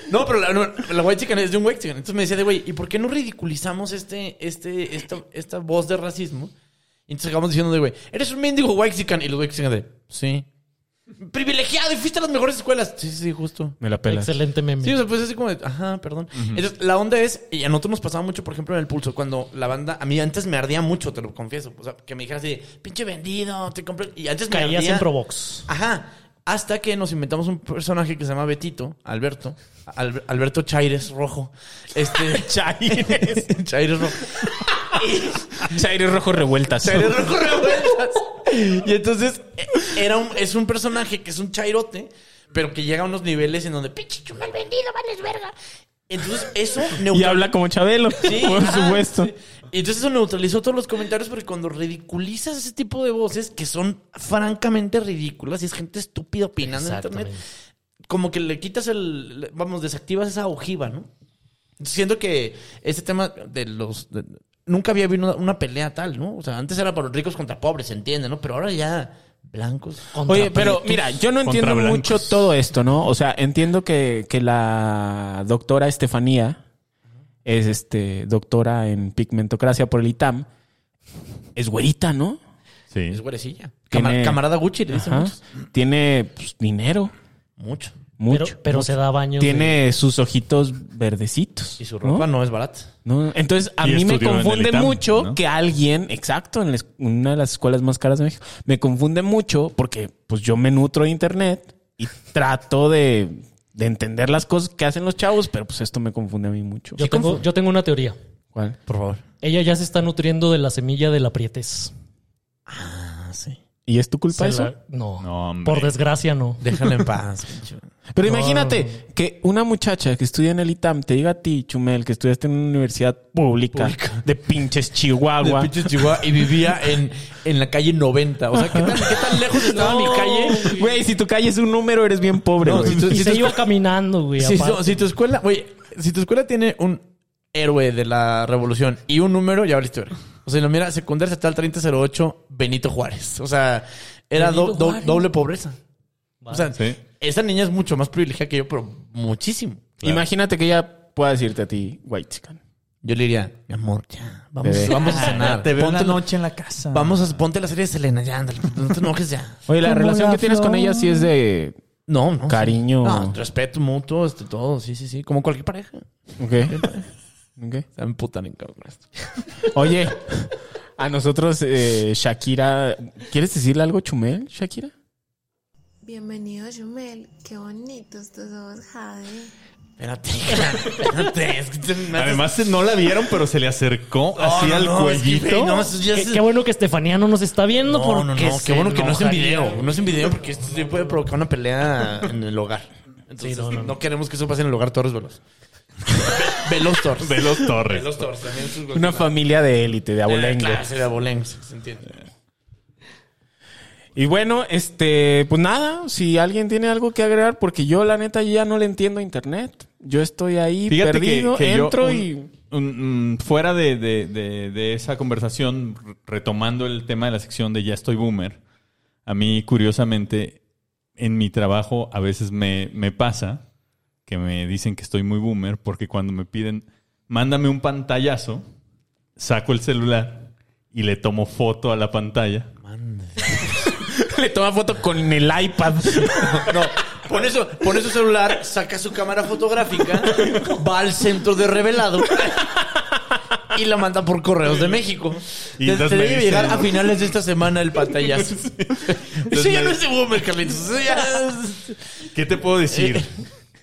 Speaker 5: no, pero la, no, la Whitexican es de un Whitexican. Entonces me decía de güey, ¿y por qué no ridiculizamos este, este, esta, esta voz de racismo? Y entonces acabamos diciendo de güey, eres un mendigo Whitexican. Y los Whitexican de, sí. Privilegiado y fuiste a las mejores escuelas. Sí, sí, sí, justo.
Speaker 3: Me la pelas.
Speaker 4: Excelente meme.
Speaker 5: Sí, o sea, pues así como de, ajá, perdón. Entonces, la onda es, y a nosotros nos pasaba mucho, por ejemplo, en el pulso, cuando la banda, a mí antes me ardía mucho, te lo confieso. O sea, que me dijeras así, de, pinche vendido, te compré. Y antes me
Speaker 4: Caías
Speaker 5: ardía.
Speaker 4: en Provox.
Speaker 5: Ajá. Hasta que nos inventamos un personaje que se llama Betito, Alberto. Al- Alberto Chaires Rojo. Este. Chaires. Chaires Rojo.
Speaker 3: Chaires rojo revueltas.
Speaker 5: Chaires Rojo revueltas. Y entonces, eh, era un, es un personaje que es un chairote, pero que llega a unos niveles en donde, pinche chumal vendido, vales verga. Entonces, eso
Speaker 3: Y
Speaker 5: neutraliza-
Speaker 3: habla como Chabelo,
Speaker 5: Sí,
Speaker 3: por
Speaker 5: ajá,
Speaker 3: supuesto.
Speaker 5: sí. Y entonces eso neutralizó todos los comentarios porque cuando ridiculizas ese tipo de voces que son francamente ridículas y es gente estúpida opinando en internet,
Speaker 4: Exactamente.
Speaker 5: como que le quitas el, le- vamos, desactivas esa ojiva, ¿no? Siento que este tema de los... de- nunca había habido una, una pelea tal, ¿no? O sea, antes era para los ricos contra pobres, se entiende, ¿no? Pero ahora ya blancos.
Speaker 4: Contra
Speaker 3: Oye, pero
Speaker 4: Prietos.
Speaker 3: mira, yo no
Speaker 1: contra
Speaker 3: entiendo
Speaker 1: blancos.
Speaker 3: mucho todo esto, ¿no? O sea, entiendo que, que la doctora Estefanía es este doctora en pigmentocracia por el ITAM. Es güerita, ¿no?
Speaker 1: Sí.
Speaker 5: Es güerecilla.
Speaker 3: Tiene-
Speaker 5: Camar- camarada Gucci, le dicen
Speaker 3: Ajá.
Speaker 5: muchos.
Speaker 3: Tiene pues, dinero,
Speaker 5: Mucho.
Speaker 4: Pero,
Speaker 3: mucho.
Speaker 4: pero se da baño. de-
Speaker 3: Tiene sus ojitos verdecitos.
Speaker 5: Y su ropa
Speaker 3: ¿no?
Speaker 5: no es barata.
Speaker 3: No, entonces, a
Speaker 1: Y
Speaker 3: mí me
Speaker 1: estudió en el
Speaker 3: confunde
Speaker 1: ITAM,
Speaker 3: mucho
Speaker 1: ¿no?
Speaker 3: que alguien, exacto, en la es- una de las escuelas más caras de México, me confunde mucho porque pues yo me nutro de internet y trato de, de entender las cosas que hacen los chavos, pero pues esto me confunde a mí mucho.
Speaker 4: Yo tengo, yo tengo una teoría.
Speaker 3: ¿Cuál?
Speaker 5: Por favor.
Speaker 4: Ella ya se está nutriendo de la semilla de la prietez.
Speaker 5: Ah, sí.
Speaker 3: ¿Y es tu culpa
Speaker 4: Se
Speaker 3: eso?
Speaker 4: la- No.
Speaker 1: No, hombre.
Speaker 4: por desgracia, no.
Speaker 5: Déjala en paz. pinche.
Speaker 3: Pero
Speaker 4: No,
Speaker 3: imagínate
Speaker 4: no,
Speaker 3: que una muchacha que estudia en el ITAM te diga a ti, Chumel, que estudiaste en una universidad pública, de pinches
Speaker 5: de
Speaker 3: Chihuahua.
Speaker 5: pinche Chihuahua y vivía en, en la calle 90. O sea, ¿qué tan, qué tan lejos estaba mi calle?
Speaker 3: Güey, si tu calle es un número, eres bien pobre.
Speaker 5: No,
Speaker 3: güey.
Speaker 5: si tú-
Speaker 4: Y se
Speaker 5: tu-
Speaker 4: iba caminando, güey.
Speaker 5: Si,
Speaker 4: aparte.
Speaker 5: no, si tu escuela, oye, si tu escuela tiene un héroe de la revolución y un número, ya valiste verga. O sea, y lo mira, secundaria estatal 3008, Benito Juárez. O sea, era do- do- doble pobreza. O sea,
Speaker 1: Sí.
Speaker 5: esa niña es mucho más privilegiada que yo, pero muchísimo.
Speaker 3: Imagínate que ella pueda decirte a ti, white chican.
Speaker 5: Yo le diría, mi amor, ya, vamos,
Speaker 3: Bebé.
Speaker 5: vamos a cenar.
Speaker 1: Te veo en la
Speaker 5: Ponte la-
Speaker 1: noche en la casa.
Speaker 5: Vamos a ponte la serie de Selena, ya, ándale, no te enojes ya.
Speaker 3: Oye, la
Speaker 1: Como
Speaker 3: relación
Speaker 1: la
Speaker 3: que tienes con
Speaker 1: flor.
Speaker 3: ella sí es de...
Speaker 5: No, no.
Speaker 3: Cariño.
Speaker 5: No, respeto mutuo, este, todo, sí, sí, sí. Como cualquier pareja.
Speaker 3: Ok. Ok.
Speaker 5: Se me putan en cabrón esto.
Speaker 3: Oye, a nosotros, eh, Shakira... ¿Quieres decirle algo, Chumel, Shakira?
Speaker 6: Bienvenido, Jumel. Qué bonitos tus ojos, Jade.
Speaker 5: Espérate, espérate. Es que te- me haces-
Speaker 1: Además, no la vieron, pero se le acercó
Speaker 5: No,
Speaker 1: así
Speaker 5: no,
Speaker 1: al
Speaker 5: no, es que,
Speaker 1: cuellito.
Speaker 5: güey, no, eso ya
Speaker 4: Qué,
Speaker 5: se-
Speaker 4: qué bueno que Estefanía no nos está viendo
Speaker 5: No,
Speaker 4: porque
Speaker 5: no, no,
Speaker 4: se
Speaker 5: qué bueno que no es en
Speaker 4: enojaría.
Speaker 5: video. No es en video porque esto sí puede provocar una pelea en el hogar. Entonces,
Speaker 4: Sí, no,
Speaker 5: no,
Speaker 4: no, no.
Speaker 5: queremos que eso pase en el hogar Torres Veloz. Ve- Veloz Torres.
Speaker 1: Veloz Torres.
Speaker 5: Veloz Torres también. sus-
Speaker 3: Una familia de élite, de
Speaker 5: Eh,
Speaker 3: abolengo.
Speaker 5: Clase de abolengues, se entiende.
Speaker 3: Y bueno, este, pues nada, si alguien tiene algo que agregar, porque yo la neta ya no le entiendo a internet. Yo estoy ahí
Speaker 1: Fíjate que-
Speaker 3: perdido,
Speaker 1: que yo
Speaker 3: entro
Speaker 1: un-
Speaker 3: y...
Speaker 1: un- mm, fuera de, de- de- de esa conversación, r- retomando el tema de la sección de Ya estoy boomer, a mí curiosamente en mi trabajo a veces me, me pasa que me dicen que estoy muy boomer porque cuando me piden, mándame un pantallazo, saco el celular y le tomo foto a la pantalla.
Speaker 3: Le toma foto con el iPad.
Speaker 5: No, pone su, pone su celular, saca su cámara fotográfica, va al centro de revelado y la manda por correos de México.
Speaker 1: Y
Speaker 5: Te,
Speaker 1: entonces
Speaker 5: te
Speaker 1: me
Speaker 5: debe
Speaker 1: dicen-
Speaker 5: llegar a finales de esta semana el pantallazo. Eso
Speaker 1: Entonces
Speaker 5: ya
Speaker 1: me-
Speaker 5: no es de boomer, Carlitos. Eso ya es-
Speaker 1: ¿Qué te puedo decir?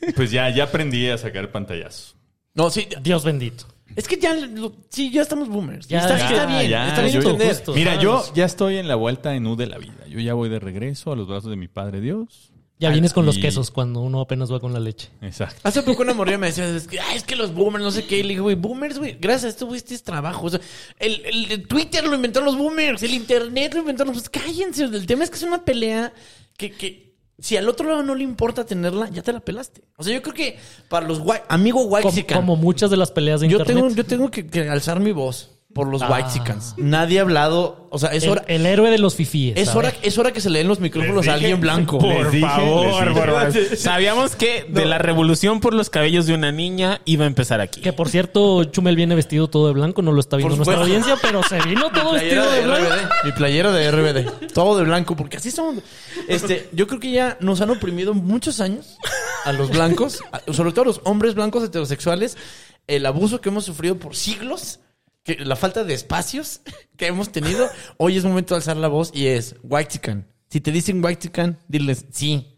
Speaker 3: Eh.
Speaker 1: Pues ya, ya aprendí a sacar pantallazos.
Speaker 5: No, sí.
Speaker 4: Dios bendito.
Speaker 5: Es que ya, lo- sí, ya estamos boomers.
Speaker 4: Ya,
Speaker 5: está,
Speaker 4: ya,
Speaker 5: está bien.
Speaker 1: Ah, ya,
Speaker 5: está bien
Speaker 1: yo-
Speaker 5: entender.
Speaker 4: justo.
Speaker 1: Mira, yo
Speaker 4: Vamos.
Speaker 1: ya estoy en la vuelta en U de la vida. Yo ya voy de regreso a los brazos de mi padre Dios.
Speaker 4: Ya vienes con los
Speaker 1: Y-
Speaker 4: quesos cuando uno apenas va con la leche.
Speaker 1: Exacto.
Speaker 5: Hace poco una morrilla me decía, es que, "Ay, es que los boomers, no sé qué. Y le digo, güey, boomers, güey, gracias a esto, güey, este es trabajo. O sea, el, el- el Twitter lo inventaron los boomers, el Internet lo inventaron los boomers. Cállense, el tema es que es una pelea que, que si al otro lado no le importa tenerla, ya te la pelaste. O sea, yo creo que para los guay, amigo
Speaker 4: Como,
Speaker 5: Waxican,
Speaker 4: como muchas de las peleas de
Speaker 5: yo
Speaker 4: internet.
Speaker 5: tengo, yo tengo que, que alzar mi voz por los
Speaker 4: Ah.
Speaker 5: Waxicans. Nadie ha hablado, o sea, es
Speaker 4: el,
Speaker 5: hora...
Speaker 4: el héroe de los fifíes.
Speaker 5: Es
Speaker 4: ¿sabes?
Speaker 5: hora, es hora que se le den los micrófonos a
Speaker 1: dije-
Speaker 5: alguien blanco.
Speaker 1: Por
Speaker 5: Les
Speaker 1: dije-
Speaker 3: favor,
Speaker 1: les dije.
Speaker 3: por favor. Sabíamos que de la revolución por los cabellos de una niña iba a empezar aquí.
Speaker 4: Que por cierto, Chumel viene vestido todo de blanco. No lo está viendo
Speaker 5: Por
Speaker 4: nuestra
Speaker 5: supuesto.
Speaker 4: audiencia, pero se vino todo
Speaker 5: playera
Speaker 4: vestido de blanco.
Speaker 5: RBD. Mi playera de RBD. Todo de blanco, porque así son. Este, yo creo que ya nos han oprimido muchos años a los blancos, a- sobre todo a los hombres blancos heterosexuales, el abuso que hemos sufrido por siglos, que, la falta de espacios que hemos tenido. Hoy es momento de alzar la voz y es White Si te dicen White diles sí.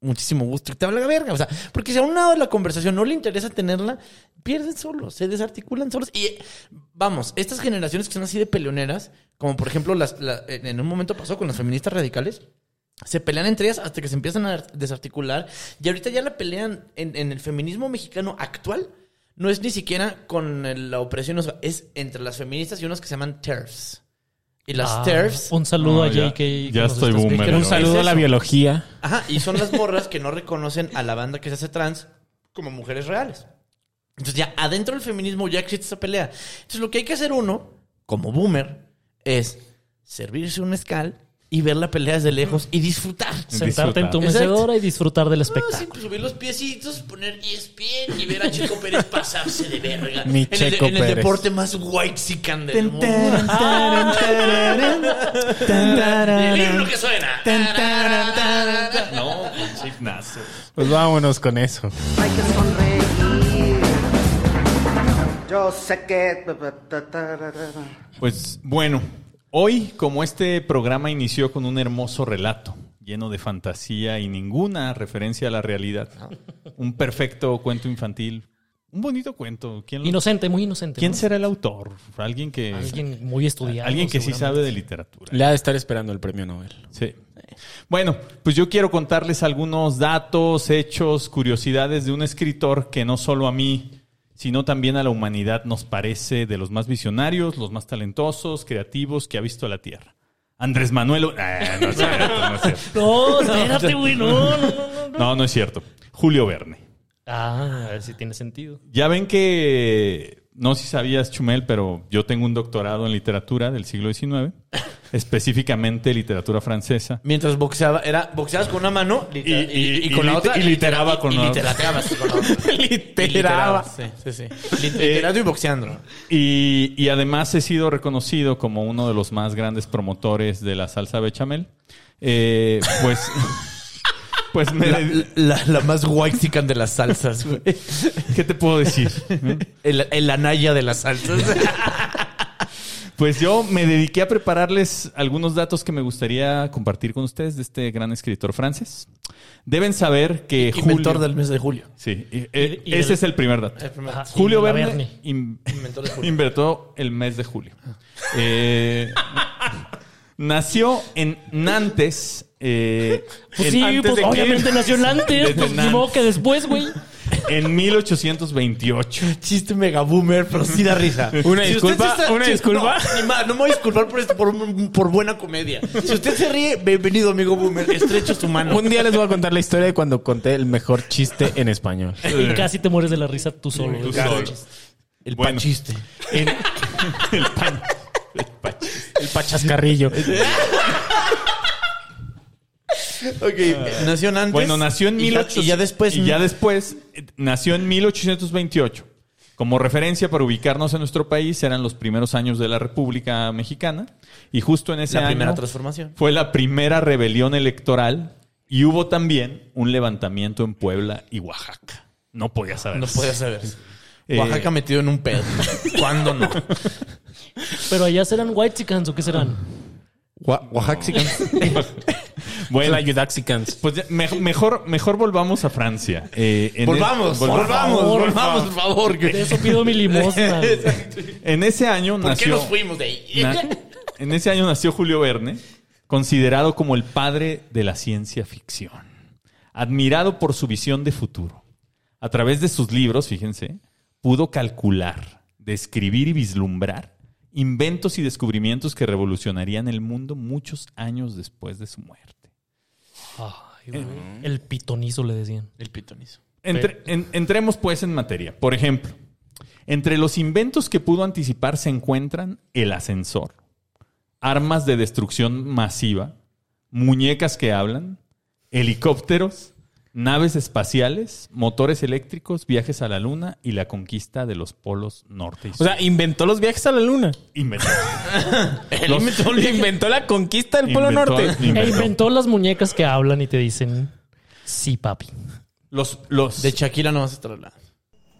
Speaker 5: Muchísimo gusto. Y te habla la verga. O sea, porque si a un lado de la conversación no le interesa tenerla, pierden solos, se desarticulan solos. Y eh, vamos, estas generaciones que son así de peleoneras, como por ejemplo las, la- en en un momento pasó con las feministas radicales, se pelean entre ellas hasta que se empiezan a desarticular. Y ahorita ya la pelean en, en el feminismo mexicano actual. No es ni siquiera con el- la opresión, o sea, es entre las feministas y unas que se llaman TERFs. Y las E
Speaker 4: Ah,
Speaker 5: TERFs.
Speaker 4: Un saludo
Speaker 1: No,
Speaker 4: a
Speaker 1: ya-
Speaker 4: JK. que
Speaker 1: ya
Speaker 4: nos
Speaker 1: estoy
Speaker 4: está
Speaker 1: boomer,
Speaker 4: explicando.
Speaker 1: Un
Speaker 3: Un saludo a la biología.
Speaker 5: Ajá, y son las morras que no reconocen a la banda que se hace trans como mujeres reales. Entonces ya adentro del feminismo ya existe esa pelea. Entonces lo que hay que hacer uno, como boomer, es servirse un escal y ver la pelea desde lejos y disfrutar.
Speaker 4: Sentarte en tu
Speaker 1: Disfrutar.
Speaker 4: mecedora y disfrutar del
Speaker 5: Ah, sí,
Speaker 4: espectáculo.
Speaker 5: pues, subir los piecitos, poner ESPN y ver a Checo Pérez pasarse de verga.
Speaker 3: Mi
Speaker 5: en el,
Speaker 3: Checo
Speaker 5: en el
Speaker 3: Pérez.
Speaker 5: deporte más white del mundo. Y el himno que suena.
Speaker 1: No, pinche Ignacio.
Speaker 3: Pues vámonos con eso.
Speaker 7: Hay que sonreír.
Speaker 8: Yo sé que... ta, ta, ta, tararara.
Speaker 1: Pues bueno, hoy como este programa inició con un hermoso relato, lleno de fantasía y ninguna referencia a la realidad,
Speaker 4: Ah.
Speaker 1: un perfecto cuento infantil, un bonito cuento. ¿Quién, lo-
Speaker 4: Inocente, muy inocente.
Speaker 1: ¿quién
Speaker 4: ¿no?
Speaker 1: será el autor? Alguien que...
Speaker 4: Alguien muy estudiado.
Speaker 1: Alguien que sí
Speaker 4: seguramente.
Speaker 1: sabe de literatura.
Speaker 3: Le ha de estar esperando el premio Nobel.
Speaker 1: Sí. Bueno, pues yo quiero contarles algunos datos, hechos, curiosidades de un escritor que no solo a mí, sino también a la humanidad nos parece de los más visionarios, los más talentosos, creativos que ha visto la Tierra. Andrés Manuel... O- Ah, no, es cierto, no, es cierto.
Speaker 4: No, espérate, güey. No, no, no, no, no.
Speaker 1: no, no es cierto. Julio Verne.
Speaker 4: Ah, a ver si tiene sentido.
Speaker 1: Ya ven que, no sé si sabías, Chumel, pero yo tengo un doctorado en literatura del siglo XIX. específicamente literatura francesa.
Speaker 5: Mientras boxeaba, era boxeabas con una mano litera-
Speaker 1: Y-
Speaker 5: y,
Speaker 1: y-
Speaker 5: y con
Speaker 1: y
Speaker 5: la
Speaker 1: lit-
Speaker 5: otra.
Speaker 1: y literaba con
Speaker 5: y
Speaker 1: la-
Speaker 5: literateabas con la otra.
Speaker 3: Literaba.
Speaker 5: Sí, sí, sí. Literando y boxeando.
Speaker 1: Y, y además he sido reconocido como uno de los más grandes promotores de la salsa bechamel. Eh, pues, pues me-
Speaker 5: La, la- la más guayzican de las salsas, güey.
Speaker 1: ¿qué te puedo decir? ¿Eh?
Speaker 5: El, el anaya de las salsas.
Speaker 1: Pues yo me dediqué a prepararles algunos datos que me gustaría compartir con ustedes de este gran escritor francés. Deben saber que
Speaker 5: Inventor
Speaker 1: Julio-
Speaker 5: del mes de julio.
Speaker 1: Sí, y- eh,
Speaker 4: Y- y
Speaker 1: ese
Speaker 4: del- Eh,
Speaker 1: es el primer dato.
Speaker 4: Ajá, y
Speaker 1: Julio
Speaker 4: de la
Speaker 1: Verne,
Speaker 4: Ah, Verne.
Speaker 1: in-
Speaker 5: Inventor de julio.
Speaker 1: inventó el mes de julio. Eh, nació en Nantes. eh,
Speaker 4: Pues
Speaker 1: en-
Speaker 4: sí,
Speaker 1: antes
Speaker 4: pues
Speaker 1: de que-
Speaker 4: obviamente nació antes,
Speaker 1: Desde
Speaker 4: pues ni
Speaker 1: Nantes.
Speaker 4: modo que después, güey.
Speaker 1: En 1828.
Speaker 5: Chiste mega boomer, pero sí da risa.
Speaker 3: Una
Speaker 5: usted
Speaker 3: disculpa,
Speaker 5: se
Speaker 3: una disculpa.
Speaker 5: No, ni más, no me voy a disculpar por, esto, por, un- por buena comedia. Si usted se ríe, bienvenido, amigo boomer. Estrecho su mano.
Speaker 3: Un día les voy a contar la historia de cuando conté el mejor chiste en español.
Speaker 4: Y casi te mueres de la risa tú solo. güey.
Speaker 1: solo.
Speaker 5: El
Speaker 1: Bueno.
Speaker 5: panchiste.
Speaker 1: El pan- el pach-
Speaker 3: El pachascarrillo.
Speaker 5: Ok, Ah. nació en antes.
Speaker 1: Bueno, nació en
Speaker 5: y ya-
Speaker 1: 1828.
Speaker 5: Y ya después.
Speaker 1: Y ya después, eh, nació en 1828. Como referencia para ubicarnos en nuestro país, eran los primeros años de la República Mexicana. Y justo en ese
Speaker 5: la
Speaker 1: año.
Speaker 5: primera transformación.
Speaker 1: Fue la primera rebelión electoral y hubo también un levantamiento en Puebla y Oaxaca. No podía saber.
Speaker 5: No podía saber.
Speaker 1: Eh,
Speaker 5: Oaxaca metido en un pedo. ¿Cuándo no?
Speaker 4: Pero allá serán white chickens o qué serán.
Speaker 5: Oaxaca sí
Speaker 1: Bueno,
Speaker 3: Yudaxicans.
Speaker 1: pues ya, me- mejor, mejor volvamos a Francia. Eh, en
Speaker 5: Volvamos,
Speaker 1: es-
Speaker 5: volvamos,
Speaker 4: favor,
Speaker 5: volvamos, por favor. güey.
Speaker 4: De eso pido mi limosna. güey.
Speaker 1: En ese año
Speaker 5: ¿Por qué
Speaker 1: nació.
Speaker 5: nos fuimos de ahí?
Speaker 1: na- en ese año nació Julio Verne, considerado como el padre de la ciencia ficción, admirado por su visión de futuro. A través de sus libros, fíjense, pudo calcular, describir y vislumbrar inventos y descubrimientos que revolucionarían el mundo muchos años después de su muerte.
Speaker 4: Ay, güey. El pitonizo le decían.
Speaker 5: El pitonizo.
Speaker 1: Entre- en- entremos pues en materia. Por ejemplo, entre los inventos que pudo anticipar se encuentran el ascensor, armas de destrucción masiva, muñecas que hablan, helicópteros, naves espaciales, motores eléctricos, viajes a la luna y la conquista de los polos norte y
Speaker 3: O
Speaker 1: sur.
Speaker 3: sea, inventó los viajes a la luna.
Speaker 1: Inventó-
Speaker 5: Los-
Speaker 3: Inventó la conquista del Polo
Speaker 1: inventó-
Speaker 3: Norte.
Speaker 4: E
Speaker 1: inventó.
Speaker 4: inventó las muñecas que hablan y te dicen, sí, papi.
Speaker 1: Los, los,
Speaker 5: De Shakira no vas a estar hablando.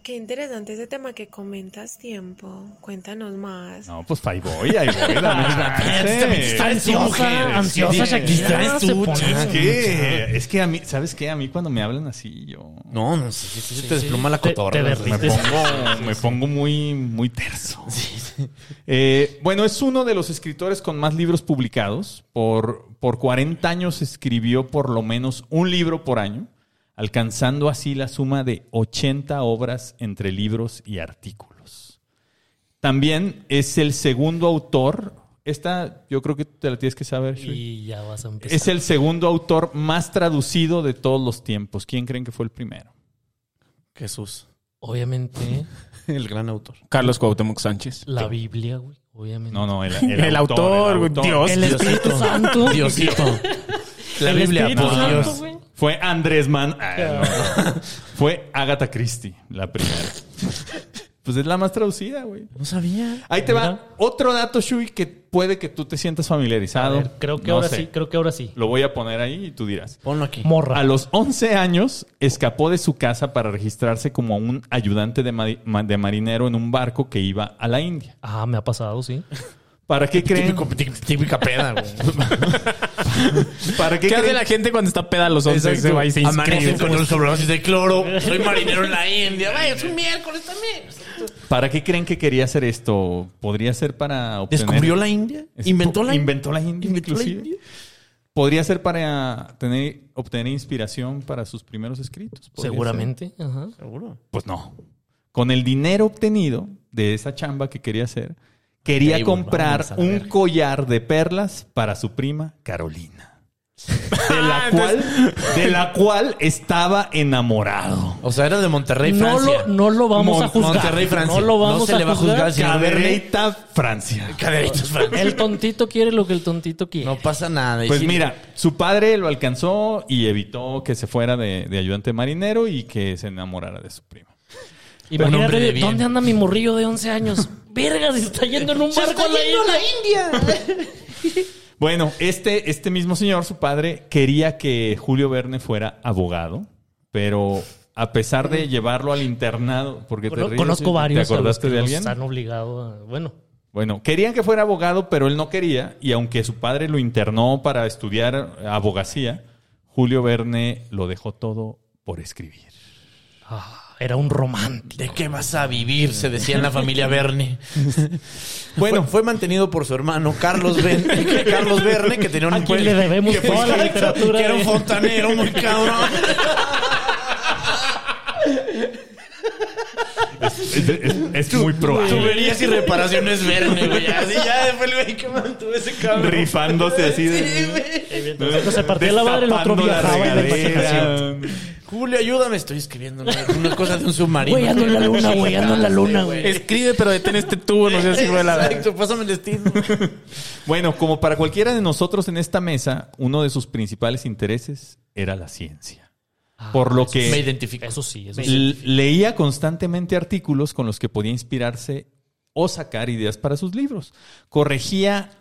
Speaker 6: Qué interesante ese tema que comentas, tiempo. Cuéntanos más.
Speaker 1: no, pues ahí voy, ahí voy. la
Speaker 3: Este
Speaker 1: neta.
Speaker 4: Ansiosa, ansiosa Shakira. se pone-
Speaker 1: Es que, es que a mí, ¿sabes qué? A mí cuando me hablan así, yo
Speaker 5: No, no sé. Si te desploma la
Speaker 4: Te- te
Speaker 5: cotorra.
Speaker 1: me
Speaker 4: derrites.
Speaker 1: pongo, me pongo muy, muy terso. Eh, bueno, es uno de los escritores con más libros publicados. Por, por 40 años escribió por lo menos un libro por año, alcanzando así la suma de 80 obras entre libros y artículos. También es el segundo autor. Esta yo creo que te la tienes que saber. Shui.
Speaker 4: Y ya vas a empezar.
Speaker 1: Es el segundo autor más traducido de todos los tiempos. ¿Quién creen que fue el primero?
Speaker 5: Jesús,
Speaker 4: Obviamente,
Speaker 5: el gran autor.
Speaker 3: Carlos Cuauhtémoc Sánchez.
Speaker 4: la Biblia, güey. Obviamente.
Speaker 1: No, no, el,
Speaker 3: El autor,
Speaker 1: el
Speaker 3: güey, Dios.
Speaker 4: El Espíritu Santo.
Speaker 5: Diosito. La
Speaker 4: El
Speaker 5: Biblia,
Speaker 4: Espíritu
Speaker 5: por
Speaker 4: Santo,
Speaker 5: Dios.
Speaker 4: güey.
Speaker 1: Fue Andrés Mann. Ah, no. Fue Agatha Christie, la primera. Pues es la más traducida, güey.
Speaker 5: No sabía.
Speaker 1: Ahí te va
Speaker 4: Mira.
Speaker 1: otro dato, Shui, que puede que tú te sientas familiarizado.
Speaker 4: A ver, creo que
Speaker 1: No
Speaker 4: ahora
Speaker 1: sé.
Speaker 4: sí, creo que ahora sí.
Speaker 1: Lo voy a poner ahí y tú dirás.
Speaker 5: Ponlo aquí.
Speaker 4: Morra.
Speaker 1: A los 11 años escapó de su casa para registrarse como un ayudante de, mari- ma- de marinero en un barco que iba a la India.
Speaker 4: Ah, me ha pasado, sí.
Speaker 1: ¿Para qué creen?
Speaker 5: Típico- tí- típica peda, güey.
Speaker 1: ¿Para
Speaker 3: ¿Qué,
Speaker 1: qué
Speaker 3: hace
Speaker 1: creen?
Speaker 3: la gente cuando está peda a los 11? Se va y se
Speaker 5: Amanece
Speaker 3: inscribe.
Speaker 5: con un sobredosis de cloro. Soy marinero en la India. Vaya, es un miércoles también.
Speaker 1: ¿Para qué creen que quería hacer esto? ¿Podría ser para obtener...
Speaker 5: ¿Descubrió la India?
Speaker 1: Es-
Speaker 5: ¿Inventó la India?
Speaker 1: Inventó la India,
Speaker 5: ¿Inventó la
Speaker 1: inclusive.
Speaker 5: India?
Speaker 1: ¿Podría ser para tener, obtener inspiración para sus primeros escritos? ¿Podría
Speaker 4: Seguramente. Ajá.
Speaker 5: Seguro.
Speaker 1: ser? Pues no. Con el dinero obtenido de esa chamba que quería hacer, quería
Speaker 5: Table,
Speaker 1: comprar
Speaker 5: vámonos a la
Speaker 1: un
Speaker 5: verga.
Speaker 1: collar de perlas para su prima Carolina. de la,
Speaker 3: Ah,
Speaker 1: cual, de la cual estaba enamorado.
Speaker 5: O sea, era de Monterrey,
Speaker 4: No
Speaker 5: Francia.
Speaker 4: lo, no lo vamos a juzgar.
Speaker 5: Monterrey, Francia.
Speaker 4: No lo vamos
Speaker 5: No se
Speaker 4: a
Speaker 5: le va a
Speaker 4: juzgar.
Speaker 5: juzgar al señor Berley.
Speaker 1: Cadereyta, Francia.
Speaker 5: Caderitos, Francia.
Speaker 4: El tontito quiere lo que el tontito quiere.
Speaker 5: No pasa nada. Y
Speaker 1: Pues
Speaker 5: sí,
Speaker 1: mira, su padre lo alcanzó y evitó que se fuera de, de ayudante marinero y que se enamorara de su prima.
Speaker 5: un hombre de
Speaker 4: Imagínate,
Speaker 5: bien.
Speaker 4: ¿dónde anda mi morrillo de 11 años? Vergas, se está yendo en un barco a la isla.
Speaker 1: Bueno, este, este mismo señor, su padre, quería que Julio Verne fuera abogado, pero a pesar de llevarlo al internado, porque te
Speaker 4: Cono-
Speaker 1: ríes,
Speaker 4: Conozco
Speaker 1: ¿te
Speaker 4: varios. a los
Speaker 1: acordaste
Speaker 4: que
Speaker 1: de
Speaker 4: nos
Speaker 1: alguien?
Speaker 4: Han obligado a- Bueno,
Speaker 1: Bueno, querían que fuera abogado, pero él no quería, y aunque su padre lo internó para estudiar abogacía, Julio Verne lo dejó todo por escribir.
Speaker 4: ah, era un romántico.
Speaker 5: ¿De qué vas a vivir? Se decía en la familia Verne.
Speaker 1: Bueno.
Speaker 5: Bueno, fue, mantenido por su hermano Carlos, Ben- Carlos Verne, que tenía un
Speaker 4: ¿A quién le debemos
Speaker 5: que fue-
Speaker 4: toda la literatura?
Speaker 5: que era un
Speaker 4: de-
Speaker 5: fontanero muy cabrón.
Speaker 1: Es, es- es muy probable.
Speaker 5: Tuberías y reparaciones Verne, güey. Así ya fue el güey que mantuvo ese cabrón.
Speaker 1: Rifándose así de...
Speaker 5: Sí, güey.
Speaker 4: Uno se partía la madre, el otro
Speaker 1: Destapando la
Speaker 4: viajaba en la
Speaker 1: regadera.
Speaker 5: Julio, ayúdame. Estoy escribiendo una, una cosa de un submarino.
Speaker 4: Güey, ando en la luna, güey, ando en la luna, güey.
Speaker 3: Escribe, pero detén este tubo, no sé si fue la
Speaker 5: Exacto, pásame el destino.
Speaker 1: Bueno, como para cualquiera de nosotros en esta mesa, uno de sus principales intereses era la ciencia.
Speaker 3: Ah,
Speaker 1: Por lo
Speaker 5: Me
Speaker 1: que
Speaker 5: identifico.
Speaker 4: Eso sí, eso sí.
Speaker 1: l- leía constantemente artículos con los que podía inspirarse o sacar ideas para sus libros. Corregía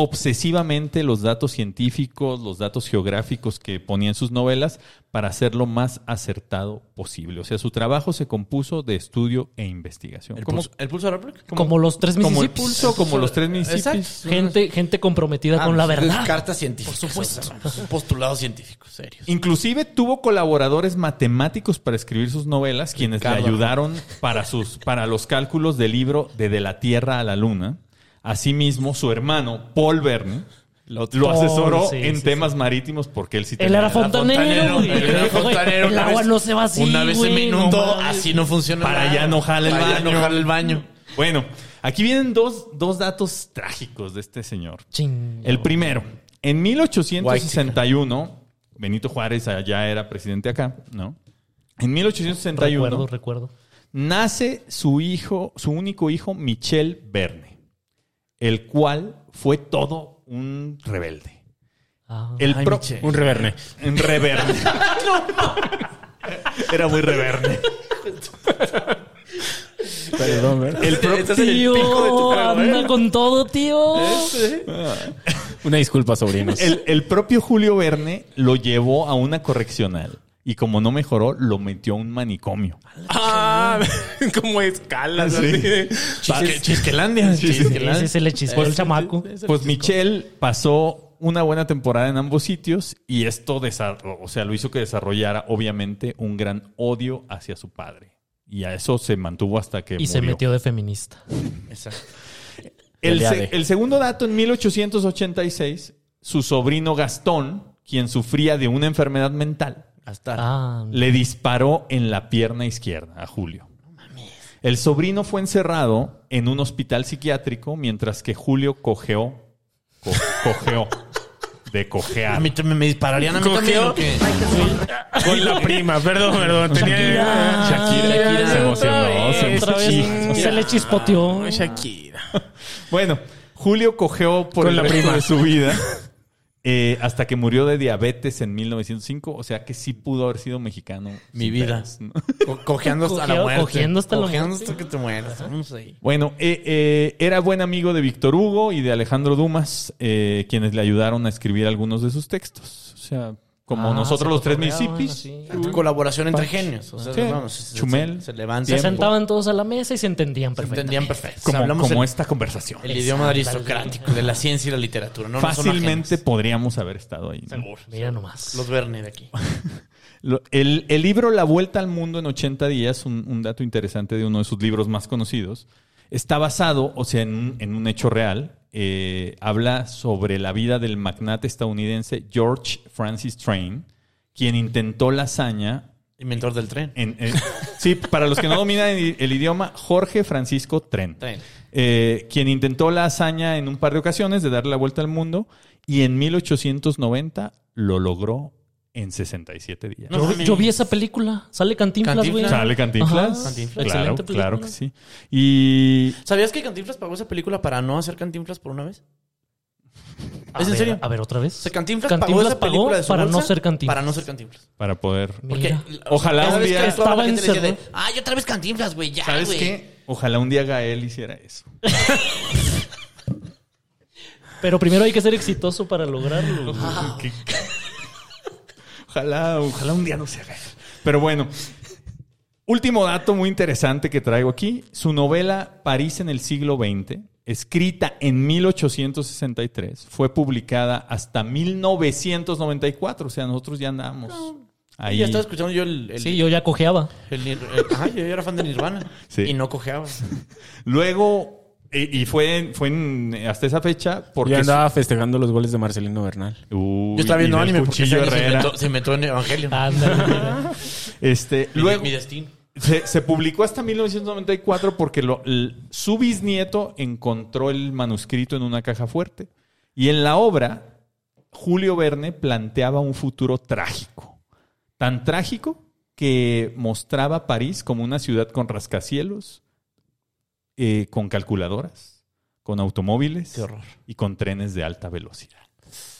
Speaker 1: obsesivamente los datos científicos, los datos geográficos que ponía en sus novelas para hacer lo más acertado posible. O sea, su trabajo se compuso de estudio e investigación.
Speaker 5: ¿El
Speaker 1: Como-
Speaker 5: pulso, ¿El pulso de la República?
Speaker 4: Como los tres
Speaker 1: como el
Speaker 4: municipios.
Speaker 1: pulso, como los tres municipios.
Speaker 5: Exacto.
Speaker 4: Gente, gente comprometida
Speaker 5: Ah,
Speaker 4: con la
Speaker 5: pues,
Speaker 4: verdad.
Speaker 5: Cartas científicas.
Speaker 4: Por supuesto.
Speaker 5: o sea, son Postulados científicos, serios.
Speaker 1: Inclusive tuvo colaboradores matemáticos para escribir sus novelas, quienes
Speaker 5: Ricardo.
Speaker 1: le ayudaron para, sus, para los cálculos del libro de De la Tierra a la Luna. Asimismo, su hermano, Paul Verne, lo, lo
Speaker 4: Paul,
Speaker 1: asesoró
Speaker 4: sí,
Speaker 1: en
Speaker 4: sí,
Speaker 1: temas marítimos porque él sí
Speaker 4: Él era
Speaker 5: fontanero,
Speaker 4: fontanero, güey.
Speaker 5: él era fontanero,
Speaker 4: El
Speaker 5: una
Speaker 4: agua
Speaker 5: vez-
Speaker 4: no se va así,
Speaker 5: Una vez se me
Speaker 4: güey, no
Speaker 5: inundó,
Speaker 4: mames.
Speaker 5: así no funciona.
Speaker 1: Para
Speaker 5: nada.
Speaker 1: ya no jala el
Speaker 5: Para ya
Speaker 1: baño.
Speaker 5: no jala el baño.
Speaker 1: Bueno, aquí vienen dos, dos datos trágicos de este señor.
Speaker 4: Chingo.
Speaker 1: El primero, en 1861, Benito Juárez ya era presidente acá, ¿no? En 1861
Speaker 4: Recuerdo, recuerdo.
Speaker 1: nace su hijo, su único hijo, Michel Verne, el cual fue todo un rebelde.
Speaker 4: Ah.
Speaker 1: El pro-
Speaker 3: Un reverne.
Speaker 1: un reverne. Era muy reverne.
Speaker 3: Perdón, ¿verdad?
Speaker 1: El pro-
Speaker 4: Tío,
Speaker 1: ¿eh?
Speaker 4: anda con todo, tío.
Speaker 3: Una disculpa, sobrinos.
Speaker 1: El, el propio Julio Verne lo llevó a una correccional y como no mejoró, lo metió a un manicomio.
Speaker 3: Ah, como escalas.
Speaker 1: Sí.
Speaker 3: así de-
Speaker 5: Chisque- Chisquelandia. Chisquelandia.
Speaker 4: Ese se le chispó el chamaco.
Speaker 1: Pues Michel pasó una buena temporada en ambos sitios y esto desarro- o sea, lo hizo que desarrollara obviamente un gran odio hacia su padre. Y a eso se mantuvo hasta que
Speaker 4: Y se
Speaker 1: murió.
Speaker 4: metió de feminista.
Speaker 1: El,
Speaker 3: Ya
Speaker 1: se-
Speaker 3: de.
Speaker 1: el segundo dato, en 1886, su sobrino Gastón, quien sufría de una enfermedad mental,
Speaker 5: Hasta.
Speaker 4: Ah,
Speaker 1: le disparó en la pierna izquierda a Julio. El sobrino fue encerrado en un hospital psiquiátrico mientras que Julio cojeó. co- cojeó. De
Speaker 5: A
Speaker 1: cojear.
Speaker 5: mí también me dispararían a mí también.
Speaker 3: Cogió.
Speaker 5: ¿o qué?
Speaker 3: Con la prima, perdón, perdón. Tenía
Speaker 4: Shakira.
Speaker 1: Shakira se emocionó. se-
Speaker 4: otra vez
Speaker 1: Sí.
Speaker 4: se le chispoteó.
Speaker 5: Ah.
Speaker 3: Shakira.
Speaker 1: Bueno, Julio cojeó por
Speaker 3: Con
Speaker 1: el
Speaker 3: la
Speaker 1: resto
Speaker 3: prima.
Speaker 1: de su vida eh, hasta que murió de diabetes en 1905. O sea que sí pudo haber sido mexicano.
Speaker 5: Mi
Speaker 1: sin
Speaker 5: vida.
Speaker 1: pedos, ¿no?
Speaker 5: Co- Cojeando hasta la
Speaker 4: Cogeo-
Speaker 5: muerte.
Speaker 4: cogiendo hasta la
Speaker 5: Cogiendo
Speaker 4: muerte.
Speaker 5: hasta que te mueras. Vamos ahí.
Speaker 1: Bueno, eh, eh, era buen amigo de Víctor Hugo y de Alejandro Dumas, eh, quienes le ayudaron a escribir algunos de sus textos. O sea, como
Speaker 4: Ah,
Speaker 1: nosotros
Speaker 4: se
Speaker 1: los tres
Speaker 4: cotorreaban
Speaker 1: municipios.
Speaker 4: así.
Speaker 5: Colaboración entre genios. O sea,
Speaker 1: Sí.
Speaker 5: vamos, se- se-
Speaker 1: Chumel.
Speaker 5: Se levantan.
Speaker 4: Se sentaban todos a la mesa y se entendían
Speaker 5: Se
Speaker 4: perfectamente.
Speaker 5: entendían perfecto.
Speaker 1: Como,
Speaker 5: Hablamos
Speaker 1: como
Speaker 5: el-
Speaker 1: esta conversación.
Speaker 5: el idioma
Speaker 4: Exacto.
Speaker 5: aristocrático de la ciencia y la literatura. No nos son
Speaker 1: Fácilmente
Speaker 5: ajenos.
Speaker 1: podríamos haber estado ahí. ¿no?
Speaker 4: Mira nomás.
Speaker 5: Los Verne de aquí.
Speaker 1: Lo- El, el libro La Vuelta al Mundo en 80 días, un, un dato interesante de uno de sus libros más conocidos, está basado, o sea, en un, en un hecho real. Eh, habla sobre la vida del magnate estadounidense George Francis Train, quien intentó la hazaña
Speaker 5: Inventor del tren.
Speaker 1: en- en- sí, para los que no dominan el, el idioma, Jorge Francisco Tren.
Speaker 5: Tren.
Speaker 1: Eh, quien intentó la hazaña en un par de ocasiones de darle la vuelta al mundo y en 1890 lo logró en 67 días.
Speaker 5: No
Speaker 4: yo,
Speaker 5: mames.
Speaker 4: yo vi esa película. Sale Cantinflas, güey.
Speaker 5: Cantinflas.
Speaker 1: ¿Sale Cantinflas?
Speaker 4: Ajá.
Speaker 5: Cantinflas.
Speaker 1: Claro,
Speaker 4: Excelente película.
Speaker 1: claro que sí. Y
Speaker 5: ¿Sabías que Cantinflas pagó esa película para no hacer Cantinflas por una vez?
Speaker 4: A
Speaker 5: ¿Es en
Speaker 4: ver,
Speaker 5: serio?
Speaker 4: A ver, otra
Speaker 5: O
Speaker 4: vez.
Speaker 5: sea, Cantinflas,
Speaker 4: Cantinflas
Speaker 5: pagó esa
Speaker 4: pagó
Speaker 5: película de su
Speaker 4: para no
Speaker 5: bolsa
Speaker 4: ser Cantinflas.
Speaker 5: Para no ser Cantinflas.
Speaker 1: para poder...
Speaker 5: Porque
Speaker 4: Mira.
Speaker 1: Ojalá
Speaker 5: cada
Speaker 1: un
Speaker 5: vez
Speaker 1: día-
Speaker 5: que actuaba la
Speaker 4: Estaba
Speaker 5: gente le decía
Speaker 4: encerrado.
Speaker 5: de, Ay, otra vez Cantinflas, güey, ya,
Speaker 1: ¿Sabes
Speaker 5: güey".
Speaker 1: qué? Ojalá un día Gael hiciera eso.
Speaker 4: Pero primero hay que ser exitoso para lograrlo. güey.
Speaker 1: Que- ojalá, ojalá un día no se haga. Pero bueno, último dato muy interesante que traigo aquí. Su novela París en el siglo XX, escrita en 1863, fue publicada hasta 1994. O sea, nosotros ya andamos ahí.
Speaker 5: Ya estaba escuchando yo el... el-
Speaker 4: Sí, yo ya cojeaba.
Speaker 5: el Nir- el- ajá, yo era fan de Nirvana.
Speaker 1: Sí.
Speaker 5: Y no cojeaba.
Speaker 1: Luego, eh, y, y fue, en- fue en- eh, hasta esa fecha porque...
Speaker 3: Yo andaba festejando los goles de Marcelino Bernal.
Speaker 1: Uy,
Speaker 5: Yo estaba
Speaker 1: y
Speaker 5: viendo
Speaker 1: del
Speaker 5: anime porque ese
Speaker 1: Cuchillo
Speaker 5: año se
Speaker 1: Herrera.
Speaker 5: metió, se metió en Evangelio.
Speaker 4: Ándale, mira.
Speaker 1: Este, luego...
Speaker 5: Mi destino.
Speaker 1: Se, se publicó hasta 1994 porque lo- l- su bisnieto encontró el manuscrito en una caja fuerte. Y en la obra, Julio Verne planteaba un futuro trágico. Tan trágico que mostraba París como una ciudad con rascacielos, eh, con calculadoras, con automóviles
Speaker 5: Qué horror.
Speaker 1: y con trenes de alta velocidad.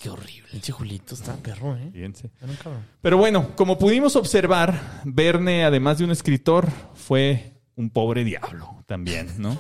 Speaker 5: Qué horrible. El chijulito está perro, ¿eh?
Speaker 1: Fíjense.
Speaker 5: Era un cabrón.
Speaker 1: Pero bueno, como pudimos observar, Verne, además de un escritor, fue un pobre diablo también, ¿no?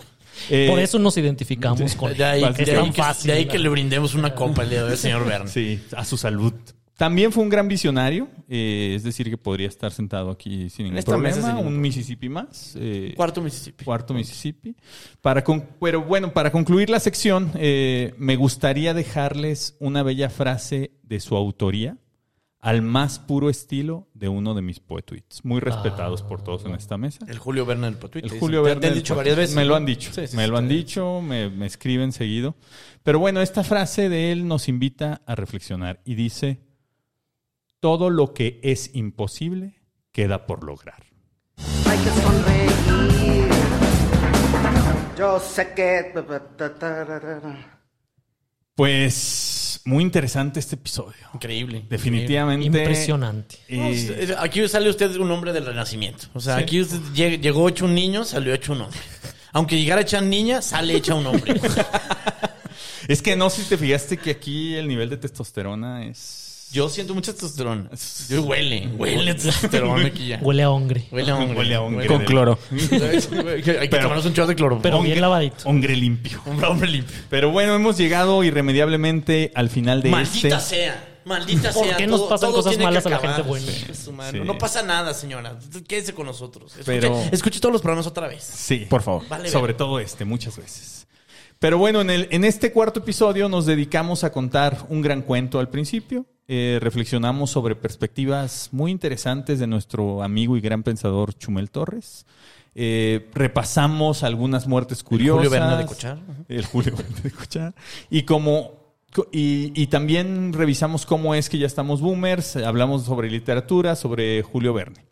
Speaker 1: Eh,
Speaker 4: Por eso nos identificamos con él.
Speaker 5: De ahí, de ahí
Speaker 1: Es tan
Speaker 5: que,
Speaker 4: fácil,
Speaker 5: de ahí que
Speaker 4: ¿no?
Speaker 5: le brindemos una copa el día de hoy, señor Verne.
Speaker 1: Sí, a su salud. También fue un gran visionario, eh, es decir, que podría estar sentado aquí sin ningún
Speaker 5: esta
Speaker 1: problema,
Speaker 5: mesa sin ningún
Speaker 1: un
Speaker 5: problema.
Speaker 1: Mississippi más. eh,
Speaker 5: Cuarto Mississippi.
Speaker 1: Cuarto Mississippi. Para con- pero bueno, para concluir la sección, eh, me gustaría dejarles una bella frase de su autoría al más puro estilo de uno de mis poetuits, muy respetados por todos
Speaker 5: Ah.
Speaker 1: en esta mesa.
Speaker 5: El Julio Verne del Patuito.
Speaker 1: El Julio Verne.
Speaker 5: Te han
Speaker 1: del
Speaker 5: dicho
Speaker 1: Poetuit.
Speaker 5: varias veces.
Speaker 1: Me lo
Speaker 5: ¿no?
Speaker 1: han dicho.
Speaker 5: Sí, sí,
Speaker 1: me
Speaker 5: sí,
Speaker 1: lo han
Speaker 5: te-
Speaker 1: dicho, me, me escriben seguido. Pero bueno, esta frase de él nos invita a reflexionar y dice: Todo lo que es imposible queda por lograr.
Speaker 7: Hay que sonreír.
Speaker 8: Yo sé que... ta-ta-ta-ra-ra.
Speaker 1: Pues muy interesante este episodio.
Speaker 5: Increíble.
Speaker 1: Definitivamente.
Speaker 4: Impresionante.
Speaker 1: eh,
Speaker 5: No, es- es- Aquí sale usted un hombre del renacimiento. O sea,
Speaker 1: Sí.
Speaker 5: aquí usted lleg- llegó hecho un niño, salió hecho un hombre. Aunque llegara hecha niña, sale hecha un hombre.
Speaker 1: es que no sé si te fijaste que aquí el nivel de testosterona es.
Speaker 5: Yo siento mucha testosterona. Yo huele, huele testosterona aquí ya.
Speaker 4: Huele a hongre.
Speaker 5: Huele a hombre.
Speaker 1: Huele a hombre.
Speaker 3: Con cloro.
Speaker 5: Hay que
Speaker 1: Pero-
Speaker 5: tomarnos un chorro de cloro.
Speaker 4: Pero
Speaker 5: Hombre-
Speaker 4: bien lavadito.
Speaker 1: Hombre limpio.
Speaker 5: hombre, hombre limpio.
Speaker 1: Pero bueno, hemos llegado irremediablemente al final de este.
Speaker 5: Maldita sea. Maldita
Speaker 4: ¿Por
Speaker 5: sea.
Speaker 4: qué nos pasan cosas
Speaker 5: tiene que
Speaker 4: malas a la
Speaker 5: acabar.
Speaker 4: gente buena?
Speaker 5: Sí, su madre.
Speaker 1: Sí.
Speaker 5: No pasa nada, señora. Quédese con nosotros. Escuche,
Speaker 1: Pero-
Speaker 5: escuche todos los programas otra vez.
Speaker 1: Sí.
Speaker 3: Por favor.
Speaker 5: Vale,
Speaker 1: Sobre
Speaker 5: verga.
Speaker 1: todo este, muchas veces. Pero bueno, en, el, en este cuarto episodio nos dedicamos a contar un gran cuento al principio. Eh, reflexionamos sobre perspectivas muy interesantes de nuestro amigo y gran pensador Chumel Torres. Eh, repasamos algunas muertes curiosas.
Speaker 5: Julio Verne de Cochar. Ajá.
Speaker 1: El Julio Verne de Cochar. Y como... co- Y, y también revisamos cómo es que ya estamos boomers, eh, hablamos sobre literatura, sobre Julio Verne.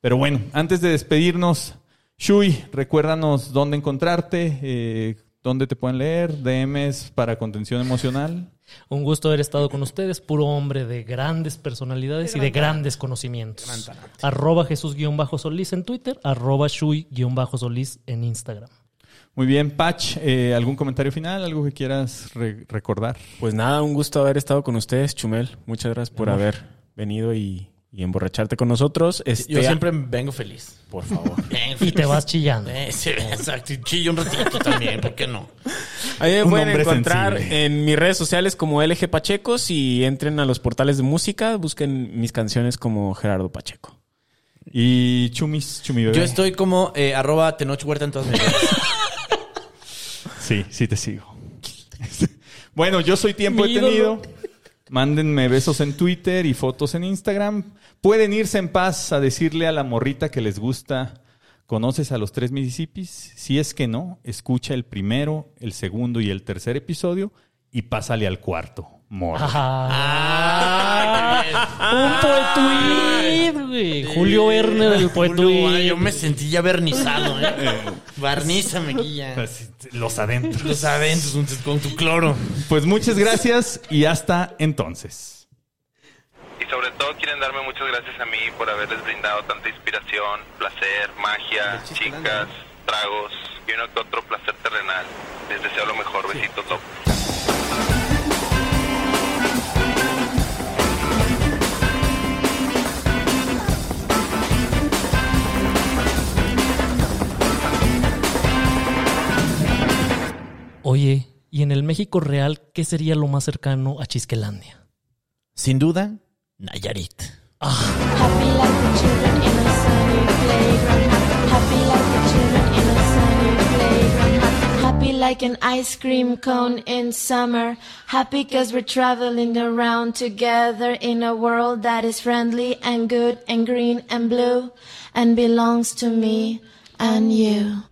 Speaker 1: Pero bueno, antes de despedirnos, Shui, recuérdanos dónde encontrarte, eh, dónde te pueden leer, DMs para contención emocional.
Speaker 4: Un gusto haber estado con ustedes, puro hombre de grandes personalidades y de grandes conocimientos. Arroba Jesús-Solís en Twitter, arroba Shui-Solís en Instagram.
Speaker 1: Muy bien, Patch, eh, ¿algún comentario final? ¿Algo que quieras re- recordar?
Speaker 3: Pues nada, un gusto haber estado con ustedes, Chumel. Muchas gracias por haber venido y, y emborracharte con nosotros. Este,
Speaker 5: Yo siempre vengo feliz.
Speaker 3: Por favor.
Speaker 5: Vengo
Speaker 4: Y
Speaker 5: feliz.
Speaker 4: te vas chillando.
Speaker 5: Eh, sí, exacto. Y Chillo un ratito también, ¿por qué no?
Speaker 3: Ahí me
Speaker 1: Un
Speaker 3: pueden
Speaker 1: hombre
Speaker 3: encontrar
Speaker 1: sensible.
Speaker 3: en mis redes sociales como LG Pacheco. Si entren a los portales de música, busquen mis canciones como Gerardo Pacheco.
Speaker 1: Y Chumis, Chumi bebé.
Speaker 5: Yo estoy como eh, arroba Tenoch Huerta en todas mis redes.
Speaker 1: Sí, sí te sigo. bueno, yo soy tiempo
Speaker 4: Mi ídolo.
Speaker 1: detenido. Mándenme besos en Twitter y fotos en Instagram. Pueden irse en paz a decirle a la morrita que les gusta. ¿Conoces a los tres Mississippis? Si es que no, escucha el primero, el segundo y el tercer episodio y pásale al cuarto, morro.
Speaker 4: Ah, un poetuit, güey. Julio Verne del
Speaker 5: ah, Julio, ay, Yo
Speaker 4: poetuit.
Speaker 5: me sentí ya barnizado, ¿eh? Barnízame, guilla.
Speaker 1: Pues, Los adentros.
Speaker 5: Los adentros un- con tu cloro.
Speaker 1: Pues muchas gracias y hasta entonces.
Speaker 2: quieren darme muchas gracias a mí por haberles brindado tanta inspiración, placer, magia, chicas, tragos y uno que otro placer terrenal. Les deseo lo mejor. Besitos, top.
Speaker 4: Oye, ¿y en el México real qué sería lo más cercano a Chisquelandia?
Speaker 5: Sin duda, Nayarit.
Speaker 9: Happy like the children in a sunny playground. Happy like the children in a sunny playground. Happy like an ice cream cone in summer. Happy cause we're traveling around together in a world that is friendly and good and green and blue and belongs to me and you.